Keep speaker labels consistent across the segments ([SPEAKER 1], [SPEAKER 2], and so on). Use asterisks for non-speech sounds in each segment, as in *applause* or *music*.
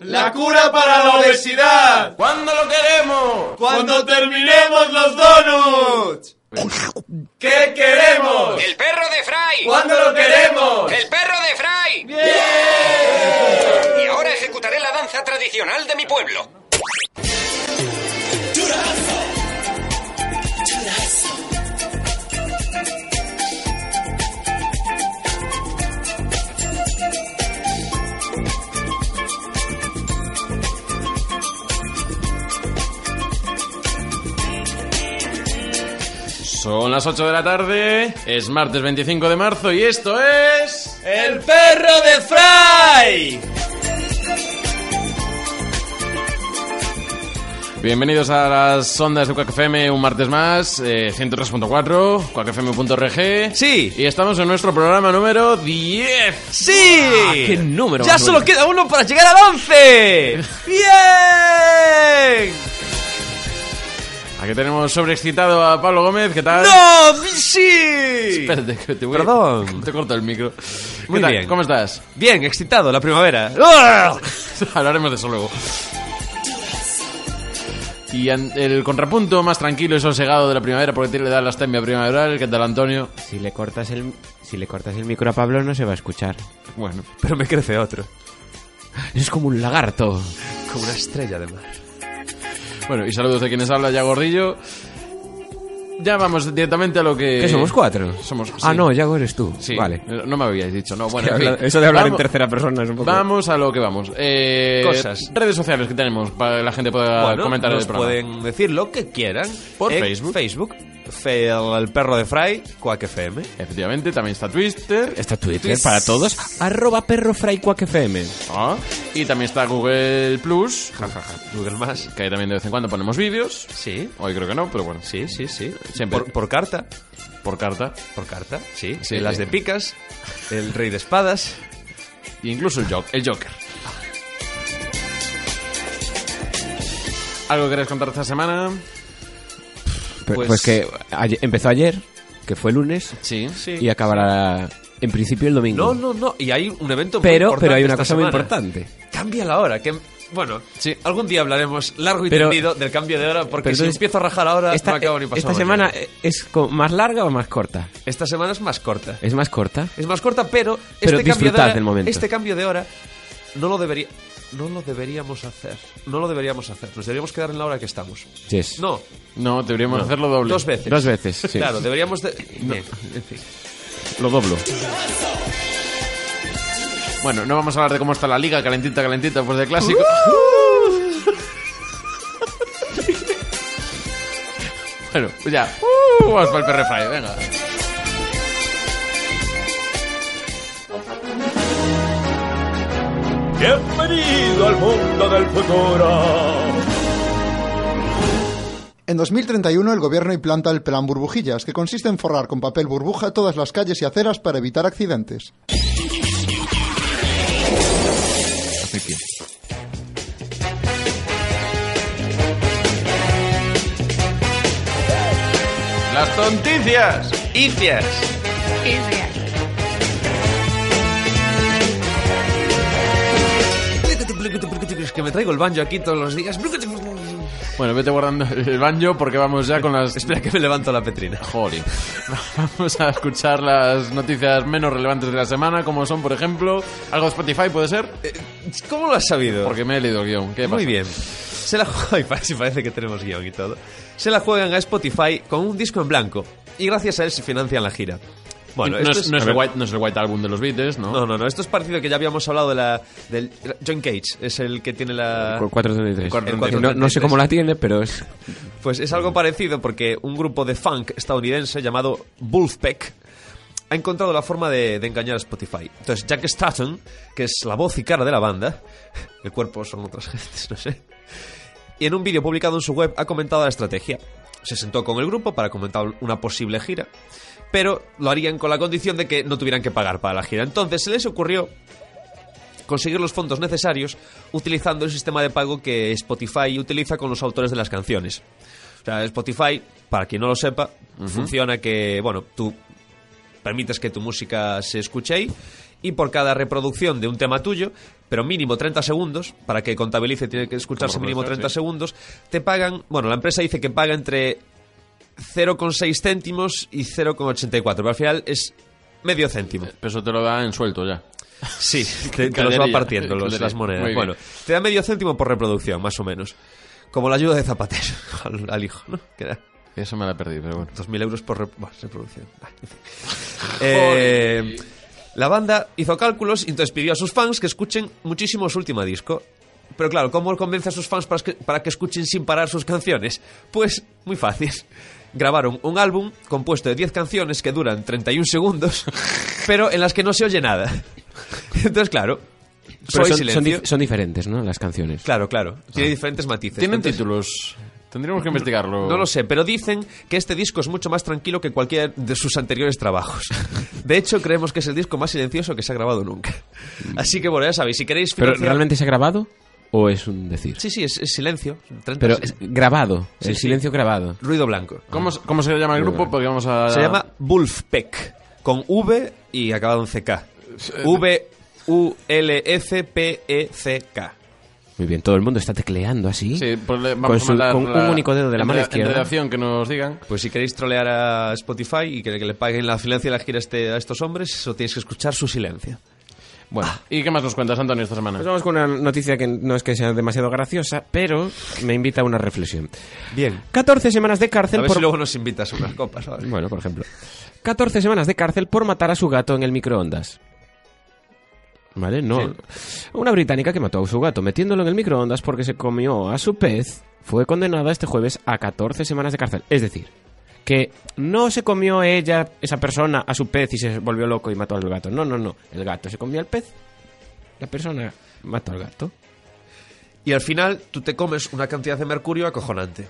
[SPEAKER 1] La cura para la obesidad.
[SPEAKER 2] ¿Cuándo lo queremos?
[SPEAKER 1] Cuando terminemos los donuts. ¿Qué queremos?
[SPEAKER 3] ¡El perro de Fry!
[SPEAKER 1] ¿Cuándo lo queremos?
[SPEAKER 3] ¡El perro de Fry! Y ahora ejecutaré la danza tradicional de mi pueblo.
[SPEAKER 2] Son las 8 de la tarde, es martes 25 de marzo y esto es...
[SPEAKER 1] El perro de Fry.
[SPEAKER 2] Bienvenidos a las ondas de Quack FM un martes más, eh, 103.4, quackfm.org.
[SPEAKER 1] Sí.
[SPEAKER 2] Y estamos en nuestro programa número 10.
[SPEAKER 1] ¡Sí!
[SPEAKER 2] Ah, qué número
[SPEAKER 1] ¡Ya
[SPEAKER 2] más
[SPEAKER 1] solo
[SPEAKER 2] bueno.
[SPEAKER 1] queda uno para llegar al
[SPEAKER 4] *laughs*
[SPEAKER 1] 11! ¡Bien!
[SPEAKER 2] Aquí tenemos sobreexcitado a Pablo Gómez, ¿qué tal?
[SPEAKER 1] ¡No! ¡Sí!
[SPEAKER 2] Espérate, que te voy
[SPEAKER 1] Perdón.
[SPEAKER 2] Te corto el micro. ¿Qué
[SPEAKER 1] Muy
[SPEAKER 2] tal?
[SPEAKER 1] bien.
[SPEAKER 2] ¿Cómo estás?
[SPEAKER 1] Bien, excitado, la primavera. ¡Uah!
[SPEAKER 2] *laughs* Hablaremos de eso luego. Y an- el contrapunto más tranquilo y sosegado de la primavera, porque tiene- le da la estembia primaveral, ¿qué tal, Antonio?
[SPEAKER 4] Si le cortas el si le cortas el micro a Pablo no se va a escuchar.
[SPEAKER 2] Bueno,
[SPEAKER 1] Pero me crece otro.
[SPEAKER 4] Es como un lagarto.
[SPEAKER 1] Como una estrella de mar.
[SPEAKER 2] bueno, y saludos de quienes habla, ya Gordillo. Ya vamos directamente a lo que...
[SPEAKER 4] ¿Qué Eh, somos cuatro?
[SPEAKER 2] Somos- sí.
[SPEAKER 4] Ah, no, Yago eres tú.
[SPEAKER 2] Sí,
[SPEAKER 4] *laughs* Vale.
[SPEAKER 2] no me habíais dicho, no,
[SPEAKER 4] *laughs*
[SPEAKER 2] bueno, en fin.
[SPEAKER 4] Eso de hablar
[SPEAKER 2] Vamos-
[SPEAKER 4] en tercera persona es un poco
[SPEAKER 2] Vamos a lo que vamos. Eh,
[SPEAKER 1] Cosas.
[SPEAKER 2] Redes sociales que tenemos para que la gente pueda
[SPEAKER 1] Bueno,
[SPEAKER 2] comentar
[SPEAKER 1] nos
[SPEAKER 2] el programa.
[SPEAKER 1] pueden decir lo que quieran.
[SPEAKER 2] Por
[SPEAKER 1] en
[SPEAKER 2] Facebook.
[SPEAKER 1] Facebook. Fe- el perro de Fry, Quack FM.
[SPEAKER 2] Efectivamente, también está Twitter.
[SPEAKER 4] Está Este Twitter para todos. Arroba perrofrayquackfm.
[SPEAKER 2] Ah, y también está Google Plus,
[SPEAKER 1] Google más.
[SPEAKER 2] que ahí también de vez en cuando ponemos vídeos.
[SPEAKER 1] Sí.
[SPEAKER 2] Hoy creo que no, pero bueno, sí,
[SPEAKER 1] Sí, sí, sí.
[SPEAKER 2] Siempre.
[SPEAKER 1] Por, por carta.
[SPEAKER 2] por carta.
[SPEAKER 1] Por carta. Sí.
[SPEAKER 2] Sí,
[SPEAKER 1] las
[SPEAKER 2] sí.
[SPEAKER 1] de picas. El rey de espadas.
[SPEAKER 2] E incluso el, Jo- el Joker. ¿Algo queréis contar esta semana?
[SPEAKER 4] Pues,
[SPEAKER 1] Pues
[SPEAKER 4] que ayer- empezó ayer, que fue lunes,
[SPEAKER 2] Sí.
[SPEAKER 4] y acabará en principio el domingo.
[SPEAKER 1] No, no, no. Y hay un evento muy
[SPEAKER 4] pero
[SPEAKER 1] importante
[SPEAKER 4] pero hay una
[SPEAKER 1] esta
[SPEAKER 4] cosa muy
[SPEAKER 1] semana.
[SPEAKER 4] importante.
[SPEAKER 1] Cambia la hora. Que, bueno,
[SPEAKER 2] Sí.
[SPEAKER 1] algún día hablaremos largo y
[SPEAKER 4] Pero-
[SPEAKER 1] tendido del cambio de hora porque
[SPEAKER 4] pero
[SPEAKER 1] si
[SPEAKER 4] entonces-
[SPEAKER 1] empiezo a rajar ahora
[SPEAKER 4] Esta, e- eh,
[SPEAKER 1] no acabo ni pasado
[SPEAKER 4] esta
[SPEAKER 1] mañana.
[SPEAKER 4] semana es co- más larga o más corta?
[SPEAKER 1] Esta semana es más corta.
[SPEAKER 4] Es más corta.
[SPEAKER 1] Es más corta, pero,
[SPEAKER 4] Pero
[SPEAKER 1] este, cambio de
[SPEAKER 4] disfrutad
[SPEAKER 1] hora,
[SPEAKER 4] del momento.
[SPEAKER 1] este cambio de hora no lo debería no lo deberíamos hacer. No lo deberíamos hacer. Nos deberíamos quedar en la hora que estamos.
[SPEAKER 4] Yes.
[SPEAKER 1] No,
[SPEAKER 2] No, deberíamos hacerlo doble.
[SPEAKER 1] dos veces.
[SPEAKER 4] Dos veces. sí.
[SPEAKER 1] Claro, deberíamos de... Bien, en fin.
[SPEAKER 2] Lo doblo. Bueno, no vamos a hablar de cómo está la liga, calentita, calentita, pues de clásico. bueno, pues ya. Uh, vamos para el perro Fry, venga.
[SPEAKER 5] Bienvenido al mundo del futuro.
[SPEAKER 6] En 2031 el gobierno implanta el plan burbujillas, que consiste en forrar con papel burbuja todas las calles y aceras para evitar accidentes.
[SPEAKER 2] Las tonticias.
[SPEAKER 1] Icias. Es que me traigo el banjo aquí todos los días.
[SPEAKER 2] Bueno, vete guardando el banjo porque vamos ya con las...
[SPEAKER 1] Espera que me levanto la petrina.
[SPEAKER 2] Jolín. *laughs* Vamos a escuchar las noticias menos relevantes de la semana, como son, por ejemplo, algo de Spotify, ¿puede ser?
[SPEAKER 1] ¿Cómo lo has sabido?
[SPEAKER 2] Porque me he leído el guión. ¿Qué
[SPEAKER 1] Eh, Muy
[SPEAKER 2] pasa?
[SPEAKER 1] bien. Se la *laughs* juegan, parece, parece que tenemos guión y todo. Se la juegan a Spotify con un disco en blanco. Y gracias a él se financian la gira. Bueno,
[SPEAKER 2] no,
[SPEAKER 1] esto
[SPEAKER 2] es, no es el white, no es el White Album de los Beatles, ¿no?
[SPEAKER 1] No, no, no. Esto es partido que ya habíamos hablado de la, del. John Cage es el que tiene la.
[SPEAKER 4] Cu- 433.
[SPEAKER 1] El 433.
[SPEAKER 4] No, no sé cómo la tiene, pero es
[SPEAKER 1] Pues es algo parecido porque un grupo de funk estadounidense llamado Wolfpack ha encontrado la forma de, de engañar a Spotify. Entonces, Jack Stratton, que es la voz y cara de la banda, *laughs* el cuerpo son otras *laughs* gentes, no sé, y en un vídeo publicado en su web ha comentado la estrategia. Se sentó con el grupo para comentar una posible gira, pero lo harían con la condición de que no tuvieran que pagar para la gira. Entonces se les ocurrió conseguir los fondos necesarios utilizando el sistema de pago que Spotify utiliza con los autores de las canciones. O sea, Spotify, para quien no lo sepa, funciona que, bueno, tú permites que tu música se escuche ahí y por cada reproducción de un tema tuyo, pero mínimo 30 segundos, para que contabilice, tiene que escucharse
[SPEAKER 2] Como
[SPEAKER 1] mínimo
[SPEAKER 2] profesor,
[SPEAKER 1] 30
[SPEAKER 2] sí.
[SPEAKER 1] segundos, te pagan, bueno, la empresa dice que paga entre 0,6 céntimos y 0,84, pero al final es medio céntimo.
[SPEAKER 2] Pero eso te lo da en suelto ya.
[SPEAKER 1] *laughs* Sí, te, te los va
[SPEAKER 2] Calderilla.
[SPEAKER 1] partiendo los- las
[SPEAKER 2] Calderilla.
[SPEAKER 1] monedas.
[SPEAKER 2] Muy bien.
[SPEAKER 1] Bueno, te da medio céntimo por reproducción, más o menos. Como la ayuda de Zapatero *laughs* al, al hijo, ¿no? Que da
[SPEAKER 2] Eso me la perdí, pero bueno.
[SPEAKER 1] 2.000 euros por re- bueno, reproducción. Ah, en
[SPEAKER 4] *laughs*
[SPEAKER 1] fin. Eh, la banda hizo cálculos y entonces pidió a sus fans que escuchen muchísimo su último disco. Pero claro, ¿cómo convence a sus fans para que, para que escuchen sin parar sus canciones? Pues muy fácil. Grabaron un álbum compuesto de 10 canciones que duran 31
[SPEAKER 4] *laughs*
[SPEAKER 1] segundos, pero en las que no se oye nada. Entonces, claro,
[SPEAKER 4] Pero
[SPEAKER 1] soy
[SPEAKER 4] son,
[SPEAKER 1] silencio.
[SPEAKER 4] son dif- son diferentes, ¿no? Las canciones.
[SPEAKER 1] Claro, claro. Tiene diferentes matices.
[SPEAKER 2] Tienen
[SPEAKER 1] Entonces-
[SPEAKER 2] títulos. Tendríamos que investigarlo.
[SPEAKER 1] no lo sé, pero dicen que este disco es mucho más tranquilo que cualquiera de sus anteriores trabajos.
[SPEAKER 4] *laughs*
[SPEAKER 1] De hecho, creemos que es el disco más silencioso que se ha grabado nunca. Así que bueno, ya sabéis, si queréis
[SPEAKER 4] Mm. ¿Pero
[SPEAKER 1] financiar-
[SPEAKER 4] realmente se ha grabado o es un decir?
[SPEAKER 1] Sí, sí, es, es silencio. 30
[SPEAKER 4] Pero
[SPEAKER 1] se-
[SPEAKER 4] es grabado,
[SPEAKER 1] Sí,
[SPEAKER 4] el
[SPEAKER 1] sí.
[SPEAKER 4] silencio grabado.
[SPEAKER 1] Ruido blanco.
[SPEAKER 2] ¿Cómo, se- cómo se llama el grupo? Porque vamos a...
[SPEAKER 1] Se llama Wolfpack, con V y acabado en CK. V-U-L-F-P-E-C-K.
[SPEAKER 4] Muy bien, todo el mundo está tecleando así.
[SPEAKER 2] Sí, pues le-
[SPEAKER 4] Con
[SPEAKER 2] vamos
[SPEAKER 4] su-
[SPEAKER 2] a mandar
[SPEAKER 4] con
[SPEAKER 2] la-
[SPEAKER 4] un único dedo de la
[SPEAKER 2] en
[SPEAKER 4] mano
[SPEAKER 2] re-
[SPEAKER 4] izquierda.
[SPEAKER 2] En redacción que nos digan.
[SPEAKER 1] Pues si queréis trolear a Spotify y que, que le paguen la financia de la gira este- a estos hombres, eso tenéis que escuchar su silencio.
[SPEAKER 2] Bueno, ¿y qué más nos cuentas, Antonio, esta semana?
[SPEAKER 4] Pues vamos con una noticia que no es que sea demasiado graciosa, pero me invita a una reflexión.
[SPEAKER 1] Bien.
[SPEAKER 4] 14 semanas de cárcel
[SPEAKER 1] A ver
[SPEAKER 4] por...
[SPEAKER 1] si luego nos invitas a unas copas. ¿vale?
[SPEAKER 4] Bueno, por ejemplo. 14 semanas de cárcel por matar a su gato en el microondas. ¿Vale? No. Una británica que mató a su gato metiéndolo en el microondas porque se comió a su pez fue condenada este jueves a 14 semanas de cárcel. Es decir, que no se comió ella, esa persona, a su pez y se volvió loco y mató al gato. No, no, no. El gato se comió al pez. La persona mató al gato.
[SPEAKER 1] Y al final tú te comes una cantidad de mercurio acojonante.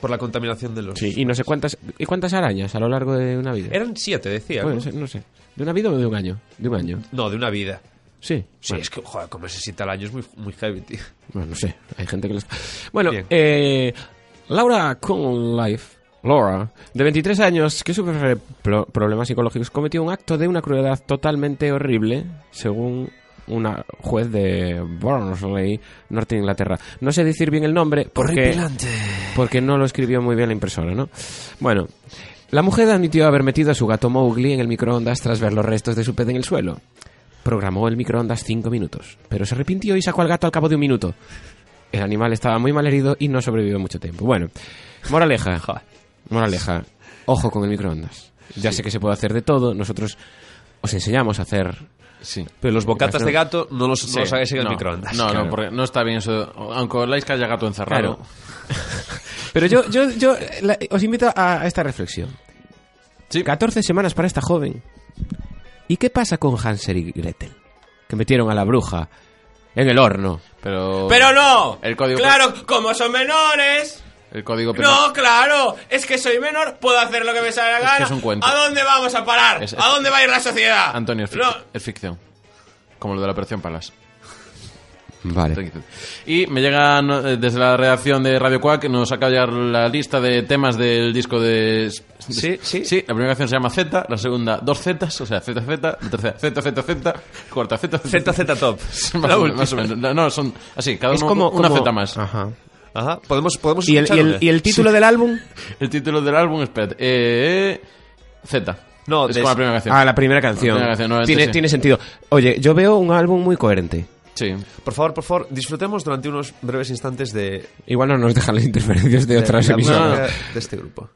[SPEAKER 1] Por la contaminación de los...
[SPEAKER 4] Sí, y no sé cuántas... ¿Y cuántas arañas a lo largo de una vida?
[SPEAKER 1] Eran siete, decía.
[SPEAKER 4] Puede
[SPEAKER 1] ¿no?
[SPEAKER 4] ser, no sé. ¿De una vida o de un año? De un año.
[SPEAKER 1] No, de una vida.
[SPEAKER 4] Sí.
[SPEAKER 1] Sí, es que, joder, comerse siete al año es muy, muy heavy, tío.
[SPEAKER 4] Bueno, no sé, hay gente que los... Bueno,
[SPEAKER 1] Bien.
[SPEAKER 4] eh, Laura Conlife, Laura, de 23 años, que sufre pro- problemas psicológicos, cometió un acto de una crueldad totalmente horrible, según una juez de Barnsley, Norte de Inglaterra. No sé decir bien el nombre porque, porque no lo escribió muy bien la impresora, ¿no? Bueno, la mujer admitió haber metido a su gato Mowgli en el microondas tras ver los restos de su pez en el suelo. Programó el microondas cinco minutos, pero se arrepintió y sacó al gato al cabo de un minuto. El animal estaba muy mal herido y no sobrevivió mucho tiempo. Bueno,
[SPEAKER 2] *laughs*
[SPEAKER 4] moraleja. Moraleja. Ojo con el microondas. Ya sé que se puede hacer de todo. Nosotros os enseñamos a hacer.
[SPEAKER 2] Sí.
[SPEAKER 1] Pero los bocatas de gato no los, no
[SPEAKER 2] Sí,
[SPEAKER 1] los hagáis en el
[SPEAKER 2] no,
[SPEAKER 1] microondas.
[SPEAKER 2] No,
[SPEAKER 4] claro.
[SPEAKER 2] no, porque no está bien eso. Aunque oláis que haya gato encerrado.
[SPEAKER 4] Claro. *laughs* Pero yo, yo, yo eh, la- os invito a, a esta reflexión.
[SPEAKER 2] Sí.
[SPEAKER 4] 14 semanas para esta joven. ¿Y qué pasa con Hansel y Gretel? Que metieron a la bruja en el horno.
[SPEAKER 2] Pero.
[SPEAKER 7] no!
[SPEAKER 2] El código-
[SPEAKER 7] Claro, como son menores.
[SPEAKER 2] El código penal.
[SPEAKER 7] No, claro, es que soy menor, puedo hacer lo que me salga la
[SPEAKER 2] Es que
[SPEAKER 7] gana.
[SPEAKER 2] es un cuento.
[SPEAKER 7] ¿A dónde vamos a parar?
[SPEAKER 2] Es- es-
[SPEAKER 7] ¿A dónde va a ir la sociedad?
[SPEAKER 2] Antonio, es, fic-
[SPEAKER 7] No,
[SPEAKER 2] es ficción. Como lo de la operación Palas.
[SPEAKER 4] Vale.
[SPEAKER 2] Tranquilo. Y me llega no, eh, desde la redacción de Radio Quack, nos acaba de llegar la lista de temas del disco de...
[SPEAKER 1] Sí, sí.
[SPEAKER 2] Sí, la primera canción se llama Z, la segunda dos Zetas, o sea, ZZ, la tercera ZZZ, cuarta ZZ.
[SPEAKER 1] ZZ Top.
[SPEAKER 2] *laughs* Más,
[SPEAKER 1] La
[SPEAKER 2] o menos,
[SPEAKER 1] última.
[SPEAKER 2] más o menos. No, no, son así, cada
[SPEAKER 4] Es
[SPEAKER 2] uno
[SPEAKER 4] como
[SPEAKER 2] una
[SPEAKER 4] como-
[SPEAKER 2] Z más.
[SPEAKER 4] Ajá.
[SPEAKER 1] Ajá. ¿Podemos, podemos
[SPEAKER 4] ¿Y el, y el-
[SPEAKER 1] escucharlo?
[SPEAKER 4] y el título del álbum?
[SPEAKER 2] El título del álbum, espérate, eh, Z.
[SPEAKER 1] No,
[SPEAKER 2] es
[SPEAKER 1] de-
[SPEAKER 2] como la primera canción.
[SPEAKER 4] Ah, la primera canción.
[SPEAKER 2] La primera canción, nuevamente,
[SPEAKER 4] tiene,
[SPEAKER 2] sí.
[SPEAKER 4] tiene sentido. Oye, yo veo un álbum muy coherente.
[SPEAKER 2] Sí.
[SPEAKER 1] Por favor, por favor, disfrutemos durante unos breves instantes de,
[SPEAKER 4] Igual no nos dejan las interferencias de
[SPEAKER 1] de
[SPEAKER 4] otras
[SPEAKER 1] la
[SPEAKER 4] emisoras.
[SPEAKER 2] Ah.
[SPEAKER 1] música de este grupo.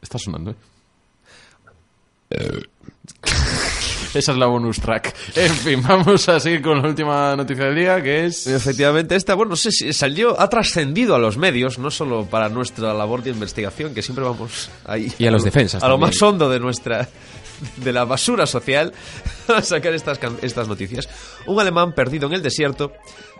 [SPEAKER 2] Está sonando, ¿eh?
[SPEAKER 4] Eh.
[SPEAKER 2] *laughs* Esa es la bonus track. En fin, vamos a seguir con la última noticia del día, que es...
[SPEAKER 1] Efectivamente, esta, bueno, no sé si salió, ha trascendido a los medios, no solo para nuestra labor de investigación, que siempre vamos ahí.
[SPEAKER 4] Y a los
[SPEAKER 1] lo-
[SPEAKER 4] defensas
[SPEAKER 1] A lo
[SPEAKER 4] también.
[SPEAKER 1] más hondo de nuestra. de la basura social, *laughs* a sacar estas, can- estas noticias. Un alemán perdido en el desierto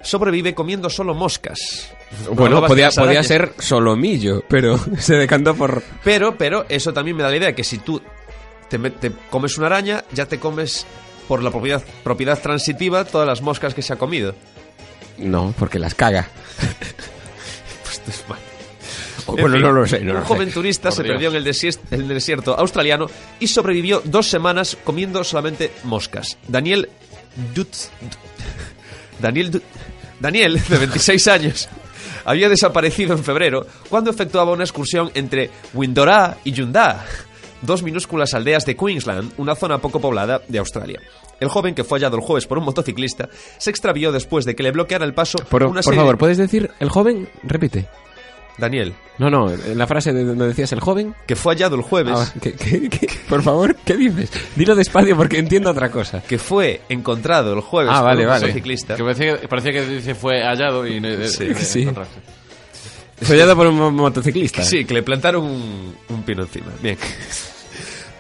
[SPEAKER 1] sobrevive comiendo solo moscas.
[SPEAKER 4] Bueno,
[SPEAKER 1] Nuevas
[SPEAKER 4] podía,
[SPEAKER 1] arañas.
[SPEAKER 4] podía ser solomillo, pero *laughs* se decantó por...
[SPEAKER 1] Pero, pero, eso también me da la idea de que si tú te, met- te comes una araña, ya te comes por la propiedad, propiedad transitiva todas las moscas que se ha comido. *laughs*
[SPEAKER 4] No, porque las caga.
[SPEAKER 1] Pues, pues, bueno.
[SPEAKER 4] Bueno,
[SPEAKER 1] fin,
[SPEAKER 4] no lo sé, no
[SPEAKER 1] un
[SPEAKER 4] lo sé.
[SPEAKER 1] joven turista se perdió en el, desies- en el desierto australiano y sobrevivió dos semanas comiendo solamente moscas. Daniel Dutz- Daniel, Du- Daniel, de 26 años, había desaparecido en febrero cuando efectuaba una excursión entre Windorah y Yunda, dos minúsculas aldeas de Queensland, una zona poco poblada de Australia. El joven que fue hallado el jueves por un motociclista se extravió después de que le bloqueara el paso
[SPEAKER 4] Por,
[SPEAKER 1] una
[SPEAKER 4] por
[SPEAKER 1] serie-
[SPEAKER 4] favor, ¿puedes decir el joven? Repite.
[SPEAKER 1] Daniel,
[SPEAKER 4] No, no, en la frase de donde decías el joven.
[SPEAKER 1] que fue hallado el jueves.
[SPEAKER 4] Ah, ¿qué- qué- qué? por favor, ¿qué dices? Dilo despacio porque entiendo otra cosa.
[SPEAKER 1] que fue encontrado el jueves
[SPEAKER 4] Ah,
[SPEAKER 1] por
[SPEAKER 4] vale,
[SPEAKER 1] un
[SPEAKER 4] vale.
[SPEAKER 1] motociclista.
[SPEAKER 2] Que parecía, que- parecía que dice fue hallado y... eh, eh,
[SPEAKER 1] Sí,
[SPEAKER 2] eh,
[SPEAKER 4] sí.
[SPEAKER 2] encontrarse.
[SPEAKER 4] Soñado por un mo- motociclista.
[SPEAKER 1] Sí, que le plantaron un, un pino encima. Bien. *laughs*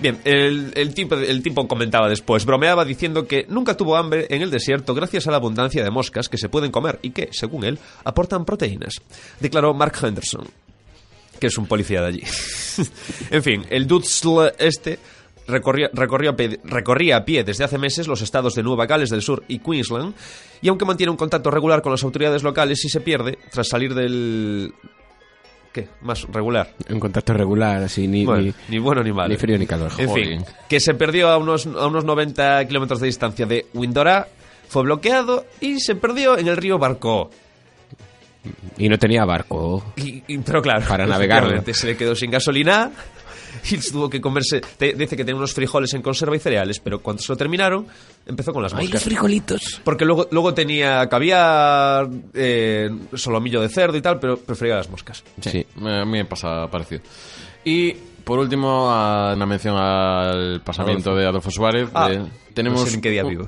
[SPEAKER 1] Bien, el, el tipo, el tipo comentaba después, bromeaba diciendo que nunca tuvo hambre en el desierto gracias a la abundancia de moscas que se pueden comer y que, según él, aportan proteínas, declaró Mark Henderson, que es un policía de allí. *laughs* en fin, el Dutzl este recorría, recorrió a pie- recorría a pie desde hace meses los estados de Nueva Gales del Sur y Queensland, y aunque mantiene un contacto regular con las autoridades locales, si se pierde, tras salir del... ¿Qué? Más regular.
[SPEAKER 4] Un contacto regular, así, ni,
[SPEAKER 1] Bueno,
[SPEAKER 4] ni-
[SPEAKER 1] ni bueno ni malo.
[SPEAKER 4] ni frío ni calor.
[SPEAKER 1] En fin, que se perdió a unos, a unos 90 kilómetros de distancia de Windora, fue bloqueado y se perdió en el río Barco. Eh.
[SPEAKER 4] Y no tenía barco.
[SPEAKER 1] Y- y- pero claro,
[SPEAKER 4] Para navegarlo.
[SPEAKER 1] efectivamente, se le quedó sin gasolina y tuvo que comerse. te- dice que tenía unos frijoles en conserva y cereales, pero cuando se lo terminaron, empezó con las moscas.
[SPEAKER 4] frijolitos!
[SPEAKER 1] Porque luego, luego tenía caviar, eh, solomillo de cerdo y tal, pero prefería las moscas.
[SPEAKER 2] Sí, a mí me pasa parecido. Y por último, a- una mención al pasamiento de Adolfo Suárez.
[SPEAKER 1] Ah,
[SPEAKER 2] de- tenemos,
[SPEAKER 1] no sé en qué día
[SPEAKER 2] un, *laughs*
[SPEAKER 1] vivo.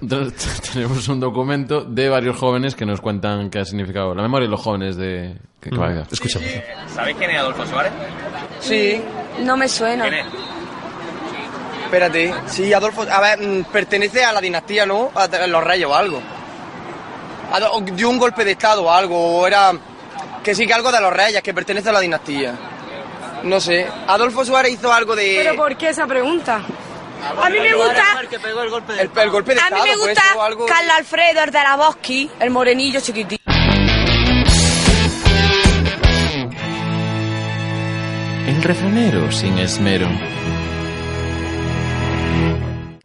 [SPEAKER 2] tenemos un documento de varios jóvenes que nos cuentan qué ha significado la memoria de los jóvenes de... que-
[SPEAKER 1] Mm.
[SPEAKER 2] que va a quedar.
[SPEAKER 4] *laughs*
[SPEAKER 1] Escúchame.
[SPEAKER 8] ¿Sabéis quién es Adolfo Suárez?
[SPEAKER 9] Sí,
[SPEAKER 10] No me suena.
[SPEAKER 8] ¿Quién es?
[SPEAKER 9] espérate. Sí, Adolfo, a ver, mm, pertenece a la dinastía, ¿no? A de- los reyes o algo. Ado- o Dio un golpe de estado o algo, o era... Que sí, que algo de los reyes, que pertenece a la dinastía. No sé. Adolfo Suárez hizo algo de...
[SPEAKER 10] ¿Pero por qué esa pregunta? A mí me gusta...
[SPEAKER 9] el, el golpe de
[SPEAKER 10] A
[SPEAKER 9] estado,
[SPEAKER 10] mí me
[SPEAKER 9] pues,
[SPEAKER 10] gusta
[SPEAKER 9] o algo...
[SPEAKER 10] Carlos Alfredo, el de la Bosque, el morenillo chiquitito.
[SPEAKER 2] El refranero sin esmero.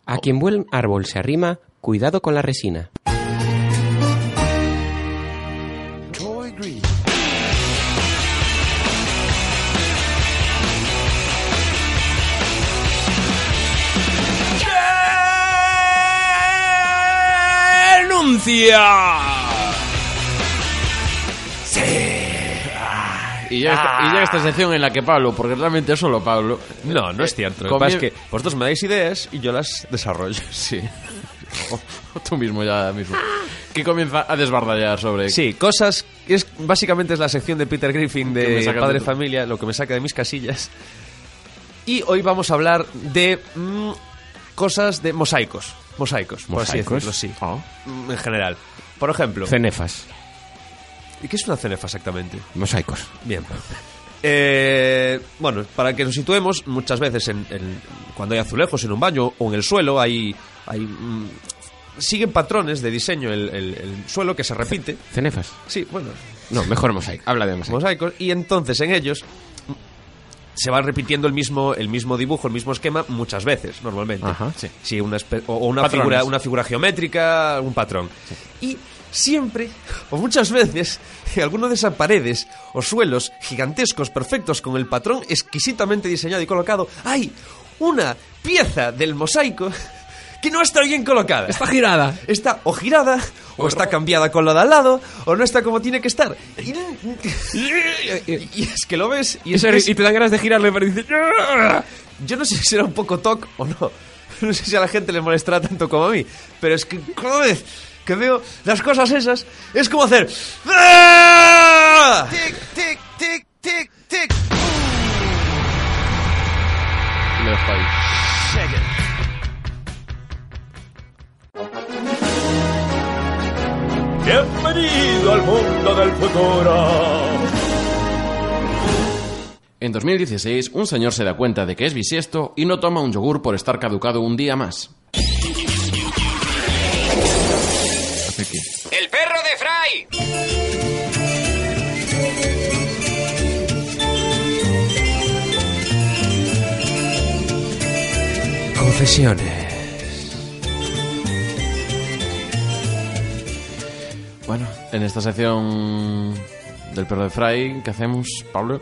[SPEAKER 4] A quien buen árbol se arrima, cuidado con la resina.
[SPEAKER 2] Y ya, esta,
[SPEAKER 1] Ah.
[SPEAKER 2] y ya esta sección en la que Pablo, porque realmente es solo Pablo... *laughs*
[SPEAKER 1] No, no es cierto. Lo que
[SPEAKER 2] Comie-
[SPEAKER 1] pasa es que vosotros me dais ideas y yo las desarrollo.
[SPEAKER 2] Sí. *laughs* Tú mismo, ya mismo.
[SPEAKER 1] Ah.
[SPEAKER 2] Que comienza a desbardallar sobre...
[SPEAKER 1] Sí, cosas. Es, básicamente es la sección de Peter Griffin
[SPEAKER 2] Que me
[SPEAKER 1] de
[SPEAKER 2] saca
[SPEAKER 1] Padre
[SPEAKER 2] de-
[SPEAKER 1] Familia, lo que me saca de mis casillas. Y hoy vamos a hablar de mm, cosas de mosaicos. Mosaicos, por así
[SPEAKER 4] ¿Mosaicos?
[SPEAKER 1] decirlo, sí.
[SPEAKER 4] Ah.
[SPEAKER 1] Mm, En general. Por ejemplo,
[SPEAKER 4] Cenefas.
[SPEAKER 1] ¿y qué es una cenefa exactamente?
[SPEAKER 4] Mosaicos.
[SPEAKER 1] Bien. *laughs* Eh, bueno, para que nos situemos, muchas veces en, en- cuando hay azulejos en un baño o en el suelo hay... hay mm, siguen patrones de diseño el, el- el suelo que se repite.
[SPEAKER 4] Cenefas.
[SPEAKER 1] Sí, bueno,
[SPEAKER 4] No, mejor mosaico. Habla de mosaico.
[SPEAKER 1] mosaicos y entonces en ellos se va repitiendo el mismo el mismo dibujo el mismo esquema muchas veces normalmente
[SPEAKER 4] Ajá. Sí.
[SPEAKER 1] Sí, una espe- o, o una
[SPEAKER 2] Patrones.
[SPEAKER 1] figura una figura geométrica un patrón y siempre o muchas veces alguno de esas paredes o suelos gigantescos perfectos con el patrón exquisitamente diseñado y colocado hay una pieza del mosaico que no está bien colocada
[SPEAKER 4] girada.
[SPEAKER 1] está o girada, o está cambiada con la de al lado, o no está como tiene que estar. Y, y- y es que lo ves y
[SPEAKER 4] Y,
[SPEAKER 1] es que es-
[SPEAKER 4] te dan ganas de girarle, pero dices... "Ah".
[SPEAKER 1] yo no sé si será un poco toc o no. No sé si a la gente le molestará tanto como a mí, pero es que cada vez que veo las cosas esas es como hacer "Ah".
[SPEAKER 9] Tic, tic, tic, tic, tic.
[SPEAKER 2] Y lo dejo ahí.
[SPEAKER 5] Bienvenido al mundo del futuro.
[SPEAKER 2] En 2016, un señor se da cuenta de que es bisiesto y no toma un yogur por estar caducado un día más.
[SPEAKER 3] ¡El perro de Fry!
[SPEAKER 1] Confesiones.
[SPEAKER 2] Bueno, en esta sección del perro de Fry, ¿qué hacemos, Pablo?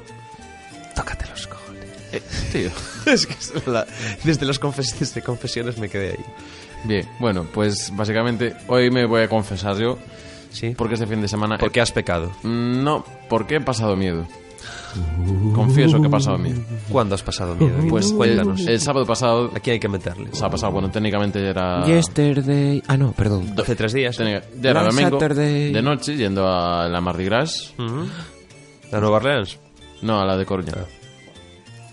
[SPEAKER 4] Tócate los cojones.
[SPEAKER 2] Eh, tío.
[SPEAKER 4] *laughs* Es que es la- desde los confes- desde confesiones me quedé ahí.
[SPEAKER 2] Bien, bueno, pues básicamente hoy me voy a confesar yo.
[SPEAKER 4] Sí.
[SPEAKER 2] Porque este fin de semana...
[SPEAKER 4] ¿Por qué has pecado?
[SPEAKER 2] No, porque he pasado miedo. Confieso que he pasado miedo.
[SPEAKER 4] ¿Cuándo has pasado miedo?
[SPEAKER 2] Pues
[SPEAKER 4] Pues cuéntanos.
[SPEAKER 2] El, el sábado pasado...
[SPEAKER 4] Aquí hay que meterle.
[SPEAKER 2] O sea, pasado, bueno, técnicamente era...
[SPEAKER 1] Yesterday. Ah, no, perdón.
[SPEAKER 4] Hace tres días.
[SPEAKER 2] técnica- ya era
[SPEAKER 1] Last
[SPEAKER 2] domingo,
[SPEAKER 1] Saturday.
[SPEAKER 2] de noche, yendo a la Mardi Gras.
[SPEAKER 4] Ujú. ¿La Nueva Orleans? Ah.
[SPEAKER 2] No, a la de Coruña.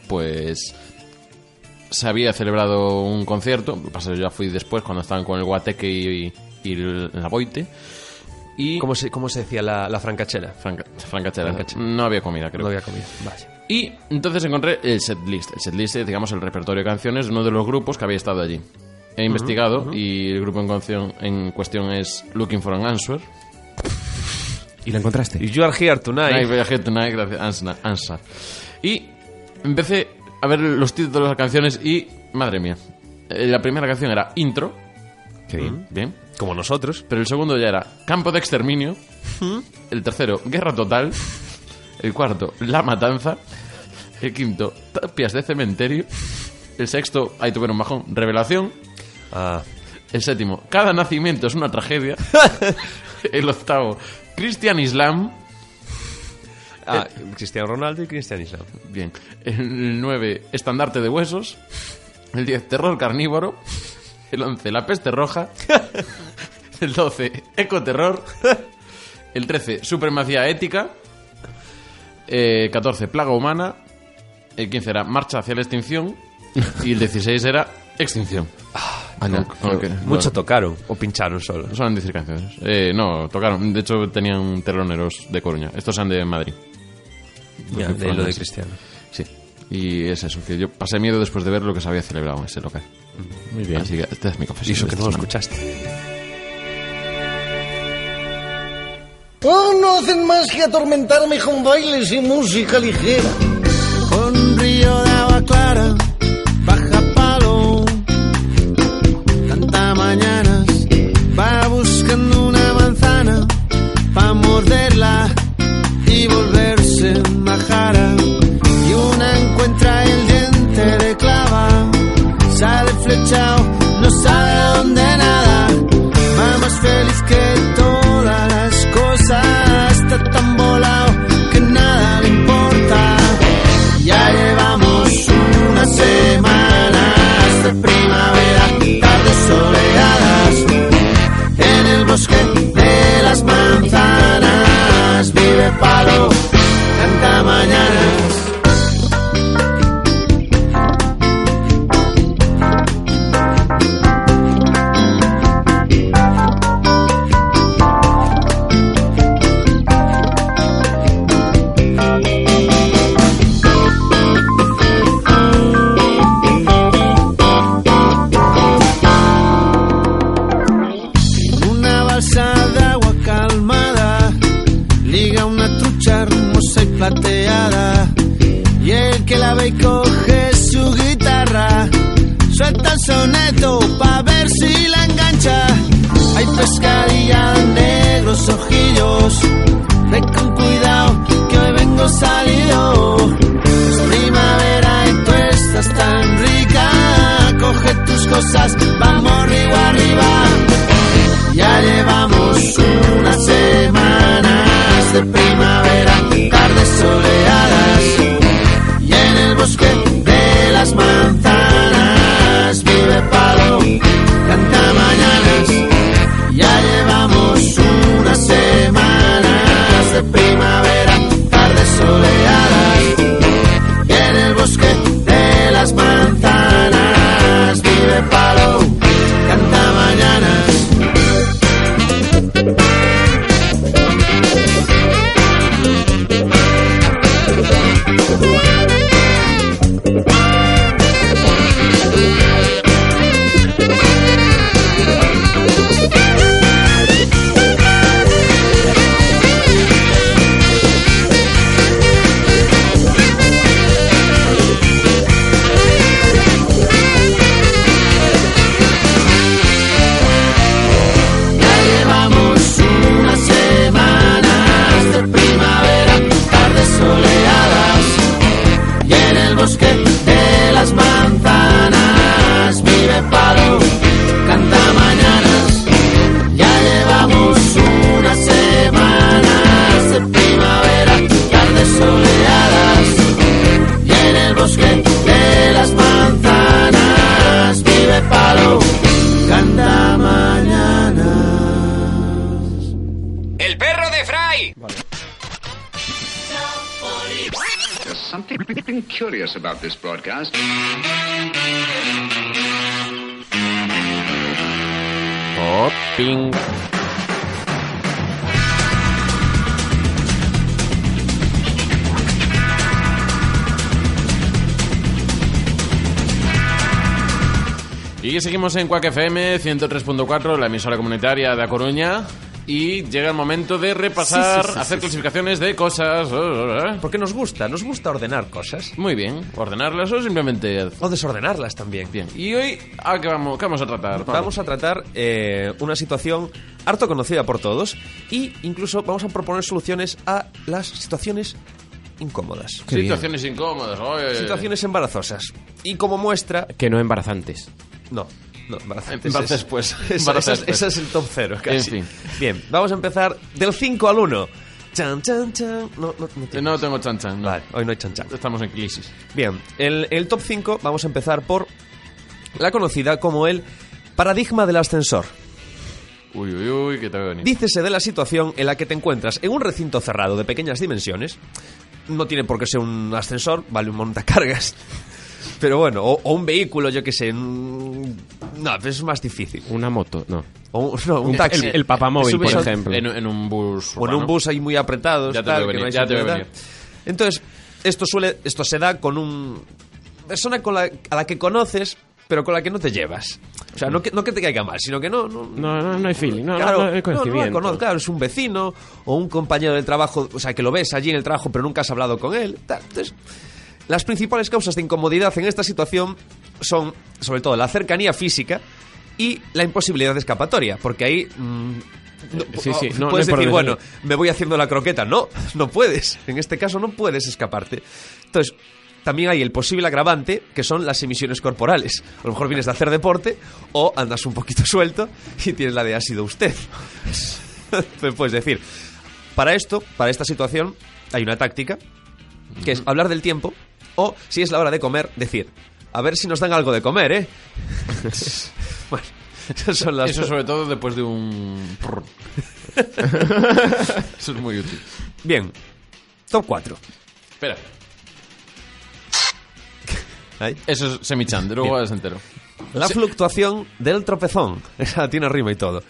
[SPEAKER 2] Pues se había celebrado un concierto. Lo que pasa es que yo ya fui después cuando estaban con el Guateque y, y el- la Boite. Y
[SPEAKER 4] ¿Cómo se, cómo se decía la, la francachera?
[SPEAKER 2] Franca- francachela.
[SPEAKER 4] Francachela.
[SPEAKER 2] No había comida, creo.
[SPEAKER 4] No había comido. Vaya.
[SPEAKER 2] Y entonces encontré el setlist. El setlist es, digamos, el repertorio de canciones de uno de los grupos que había estado allí. He investigado y el grupo en, cuestión- en cuestión es Looking for an Answer.
[SPEAKER 1] ¿Y la encontraste?
[SPEAKER 4] You are here tonight.
[SPEAKER 2] Night, Voyage Tonight, gracias, Ansna- Ansar. Y empecé a ver los títulos de las canciones y, madre mía, Eh, la primera canción era Intro,
[SPEAKER 1] Qué bien.
[SPEAKER 2] bien,
[SPEAKER 4] Como nosotros.
[SPEAKER 2] pero el segundo ya era Campo de Exterminio, el tercero Guerra Total, el cuarto La Matanza, el quinto Tapias de Cementerio, el sexto, ahí tuvieron un bajón, Revelación,
[SPEAKER 4] Ah,
[SPEAKER 2] el séptimo, Cada Nacimiento es una tragedia, el octavo, Christian Islam,
[SPEAKER 4] ah, Cristiano Ronaldo y Cristian Islam.
[SPEAKER 2] Bien. El 9, estandarte de huesos. El 10, terror carnívoro. El 11, la peste
[SPEAKER 1] *laughs*
[SPEAKER 2] roja. El 12, ecoterror. El 13, supremacía ética. Eh, 14, plaga humana. El 15 era marcha hacia la extinción. Y el 16 era extinción.
[SPEAKER 1] Ah, no.
[SPEAKER 2] Ok,
[SPEAKER 4] Mucho
[SPEAKER 2] bueno.
[SPEAKER 4] tocaron o pincharon solo.
[SPEAKER 2] No Suelen decir canciones. Eh, no, tocaron. De hecho, tenían teloneros de Coruña. Estos son de Madrid.
[SPEAKER 4] Ya, de lo de Cristiano.
[SPEAKER 2] Sí. Y es eso, que yo pasé miedo después de ver lo que se había celebrado en ese local. Muy bien. Así que esta es mi confesión.
[SPEAKER 4] Y eso
[SPEAKER 2] de
[SPEAKER 4] que no
[SPEAKER 2] esta
[SPEAKER 4] lo
[SPEAKER 2] semana.
[SPEAKER 4] escuchaste.
[SPEAKER 11] Oh, no hacen más que atormentarme con bailes y música ligera. Con río de agua clara, baja palo. Canta mañanas, va buscando una manzana pa' morderla y volverse majara. Y una encuentra el diente de clava, sale flechado, no sabe a dónde nada. Va más feliz que todas las cosas, está tan volado que nada le importa. Ya llevamos unas semanas de primavera, tardes soleadas. En el bosque de las manzanas vive Palo, canta mañanas. Una balsa de agua calmada liga una trucha hermosa y plateada. Y el que la ve y coge su guitarra, suelta el soneto pa' ver si la engancha. Hay pescadilla de negros ojillos, ve con cuidado que hoy vengo salido. Es primavera y tú estás tan rica, coge tus cosas, vamos arriba, arriba. Ya llevamos unas semanas de primavera, tardes soleadas. Y en el bosque de las manzanas vive Palo, canta mañanas. Ya llevamos unas semanas de primavera, tardes soleadas. Y en el bosque de las manzanas vive Palo,
[SPEAKER 3] ahí!
[SPEAKER 4] Oh, ping.
[SPEAKER 2] Y seguimos en Quack FM 103.4, la emisora comunitaria de A Coruña. Y llega el momento de repasar, hacer clasificaciones de cosas. oh,
[SPEAKER 1] Porque nos gusta, nos gusta ordenar cosas.
[SPEAKER 2] Muy bien, ordenarlas o simplemente.
[SPEAKER 1] O desordenarlas también.
[SPEAKER 2] Bien, y hoy, ¿a qué vamos, qué vamos a tratar? Pablo?
[SPEAKER 1] Vamos a tratar eh, una situación harto conocida por todos y incluso vamos a proponer soluciones a las situaciones incómodas.
[SPEAKER 4] Qué bien.
[SPEAKER 2] Situaciones eh, incómodas. oye, oye.
[SPEAKER 1] Situaciones embarazosas. Y como muestra...
[SPEAKER 4] Que no embarazantes.
[SPEAKER 1] No, no, embarazantes.
[SPEAKER 2] Embarazas
[SPEAKER 1] es-
[SPEAKER 2] después.
[SPEAKER 1] Esa-
[SPEAKER 2] Embarazas
[SPEAKER 1] esa es-
[SPEAKER 2] después.
[SPEAKER 1] *laughs* ese es el top cero, casi.
[SPEAKER 2] En fin.
[SPEAKER 1] Bien, vamos a empezar del 5 al 1. Chan, chan, chan. No, no, no
[SPEAKER 2] Eh,
[SPEAKER 1] tiene.
[SPEAKER 2] No tengo chanchan. no.
[SPEAKER 1] Vale, hoy no hay chan, chan.
[SPEAKER 2] Estamos en crisis.
[SPEAKER 1] Bien, el, el top 5 vamos a empezar por la conocida como el paradigma del ascensor.
[SPEAKER 2] Uy, uy, uy, que te veo venir.
[SPEAKER 1] Dícese de la situación en la que te encuentras en un recinto cerrado de pequeñas dimensiones. No tiene por qué ser un ascensor, vale un montacargas. *laughs* Pero bueno, o, o un vehículo, yo qué sé. un- No, pero es más difícil.
[SPEAKER 4] Una moto, no.
[SPEAKER 1] O un, no, un taxi.
[SPEAKER 4] El, el papamóvil, por
[SPEAKER 1] Subes al-
[SPEAKER 4] ejemplo.
[SPEAKER 2] En, en un bus.
[SPEAKER 1] O en un
[SPEAKER 2] urbano.
[SPEAKER 1] bus ahí muy apretados.
[SPEAKER 2] Pues Ya te
[SPEAKER 1] tal,
[SPEAKER 2] veo
[SPEAKER 1] que no
[SPEAKER 2] venir,
[SPEAKER 1] hay
[SPEAKER 2] ya te veo
[SPEAKER 1] seguridad.
[SPEAKER 2] venir.
[SPEAKER 1] Entonces, esto suele, esto se da con un persona con la, a la que conoces, pero con la que no te llevas. O sea, no que, no que te caiga mal, sino que no, no,
[SPEAKER 4] No, no, no hay feeling. No,
[SPEAKER 1] claro,
[SPEAKER 4] no, no hay
[SPEAKER 1] la
[SPEAKER 4] conocimiento.
[SPEAKER 1] conozco, claro, es un vecino o un compañero del trabajo, o sea, que lo ves allí en el trabajo, pero nunca has hablado con él. tal. Entonces, las principales causas de incomodidad en esta situación son, sobre todo, la cercanía física y la imposibilidad de escapatoria, porque ahí. mm, no-
[SPEAKER 4] Eh, sí, sí, no- no
[SPEAKER 1] puedes
[SPEAKER 4] hay por
[SPEAKER 1] decir,
[SPEAKER 4] dónde
[SPEAKER 1] bueno, me voy haciendo la croqueta. No, no puedes. En este caso no puedes escaparte. Entonces, también hay el posible agravante, que son las emisiones corporales. A lo mejor vienes de hacer deporte o andas un poquito *laughs* suelto y tienes la de ha sido usted. Entonces puedes decir, para esto, para esta situación, hay una táctica, que es hablar del tiempo o, si es la hora de comer, decir, a ver si nos dan algo de comer, ¿eh? *laughs* bueno, esas son las... *laughs*
[SPEAKER 2] Eso sobre todo después de un... Eso es muy útil.
[SPEAKER 1] Bien, top 4.
[SPEAKER 2] Espera. Eso es semichandro, luego es entero.
[SPEAKER 1] La fluctuación del tropezón. *laughs* Esa tiene rima y todo.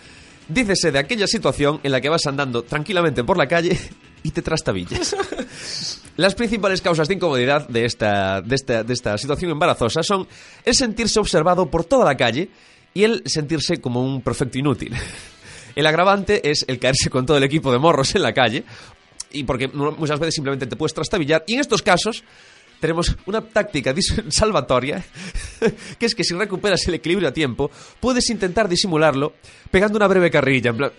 [SPEAKER 1] Dícese de aquella situación en la que vas andando tranquilamente por la calle y te trastabillas. Las principales causas de incomodidad de esta, de esta, de esta situación embarazosa son el sentirse observado por toda la calle y el sentirse como un perfecto inútil. *laughs* El agravante es el caerse con todo el equipo de morros en la calle, y porque mu- muchas veces simplemente te puedes trastabillar. Y en estos casos tenemos una táctica dis- *laughs* salvatoria, que es que si recuperas el equilibrio a tiempo, puedes intentar disimularlo pegando una breve carrilla, en plan,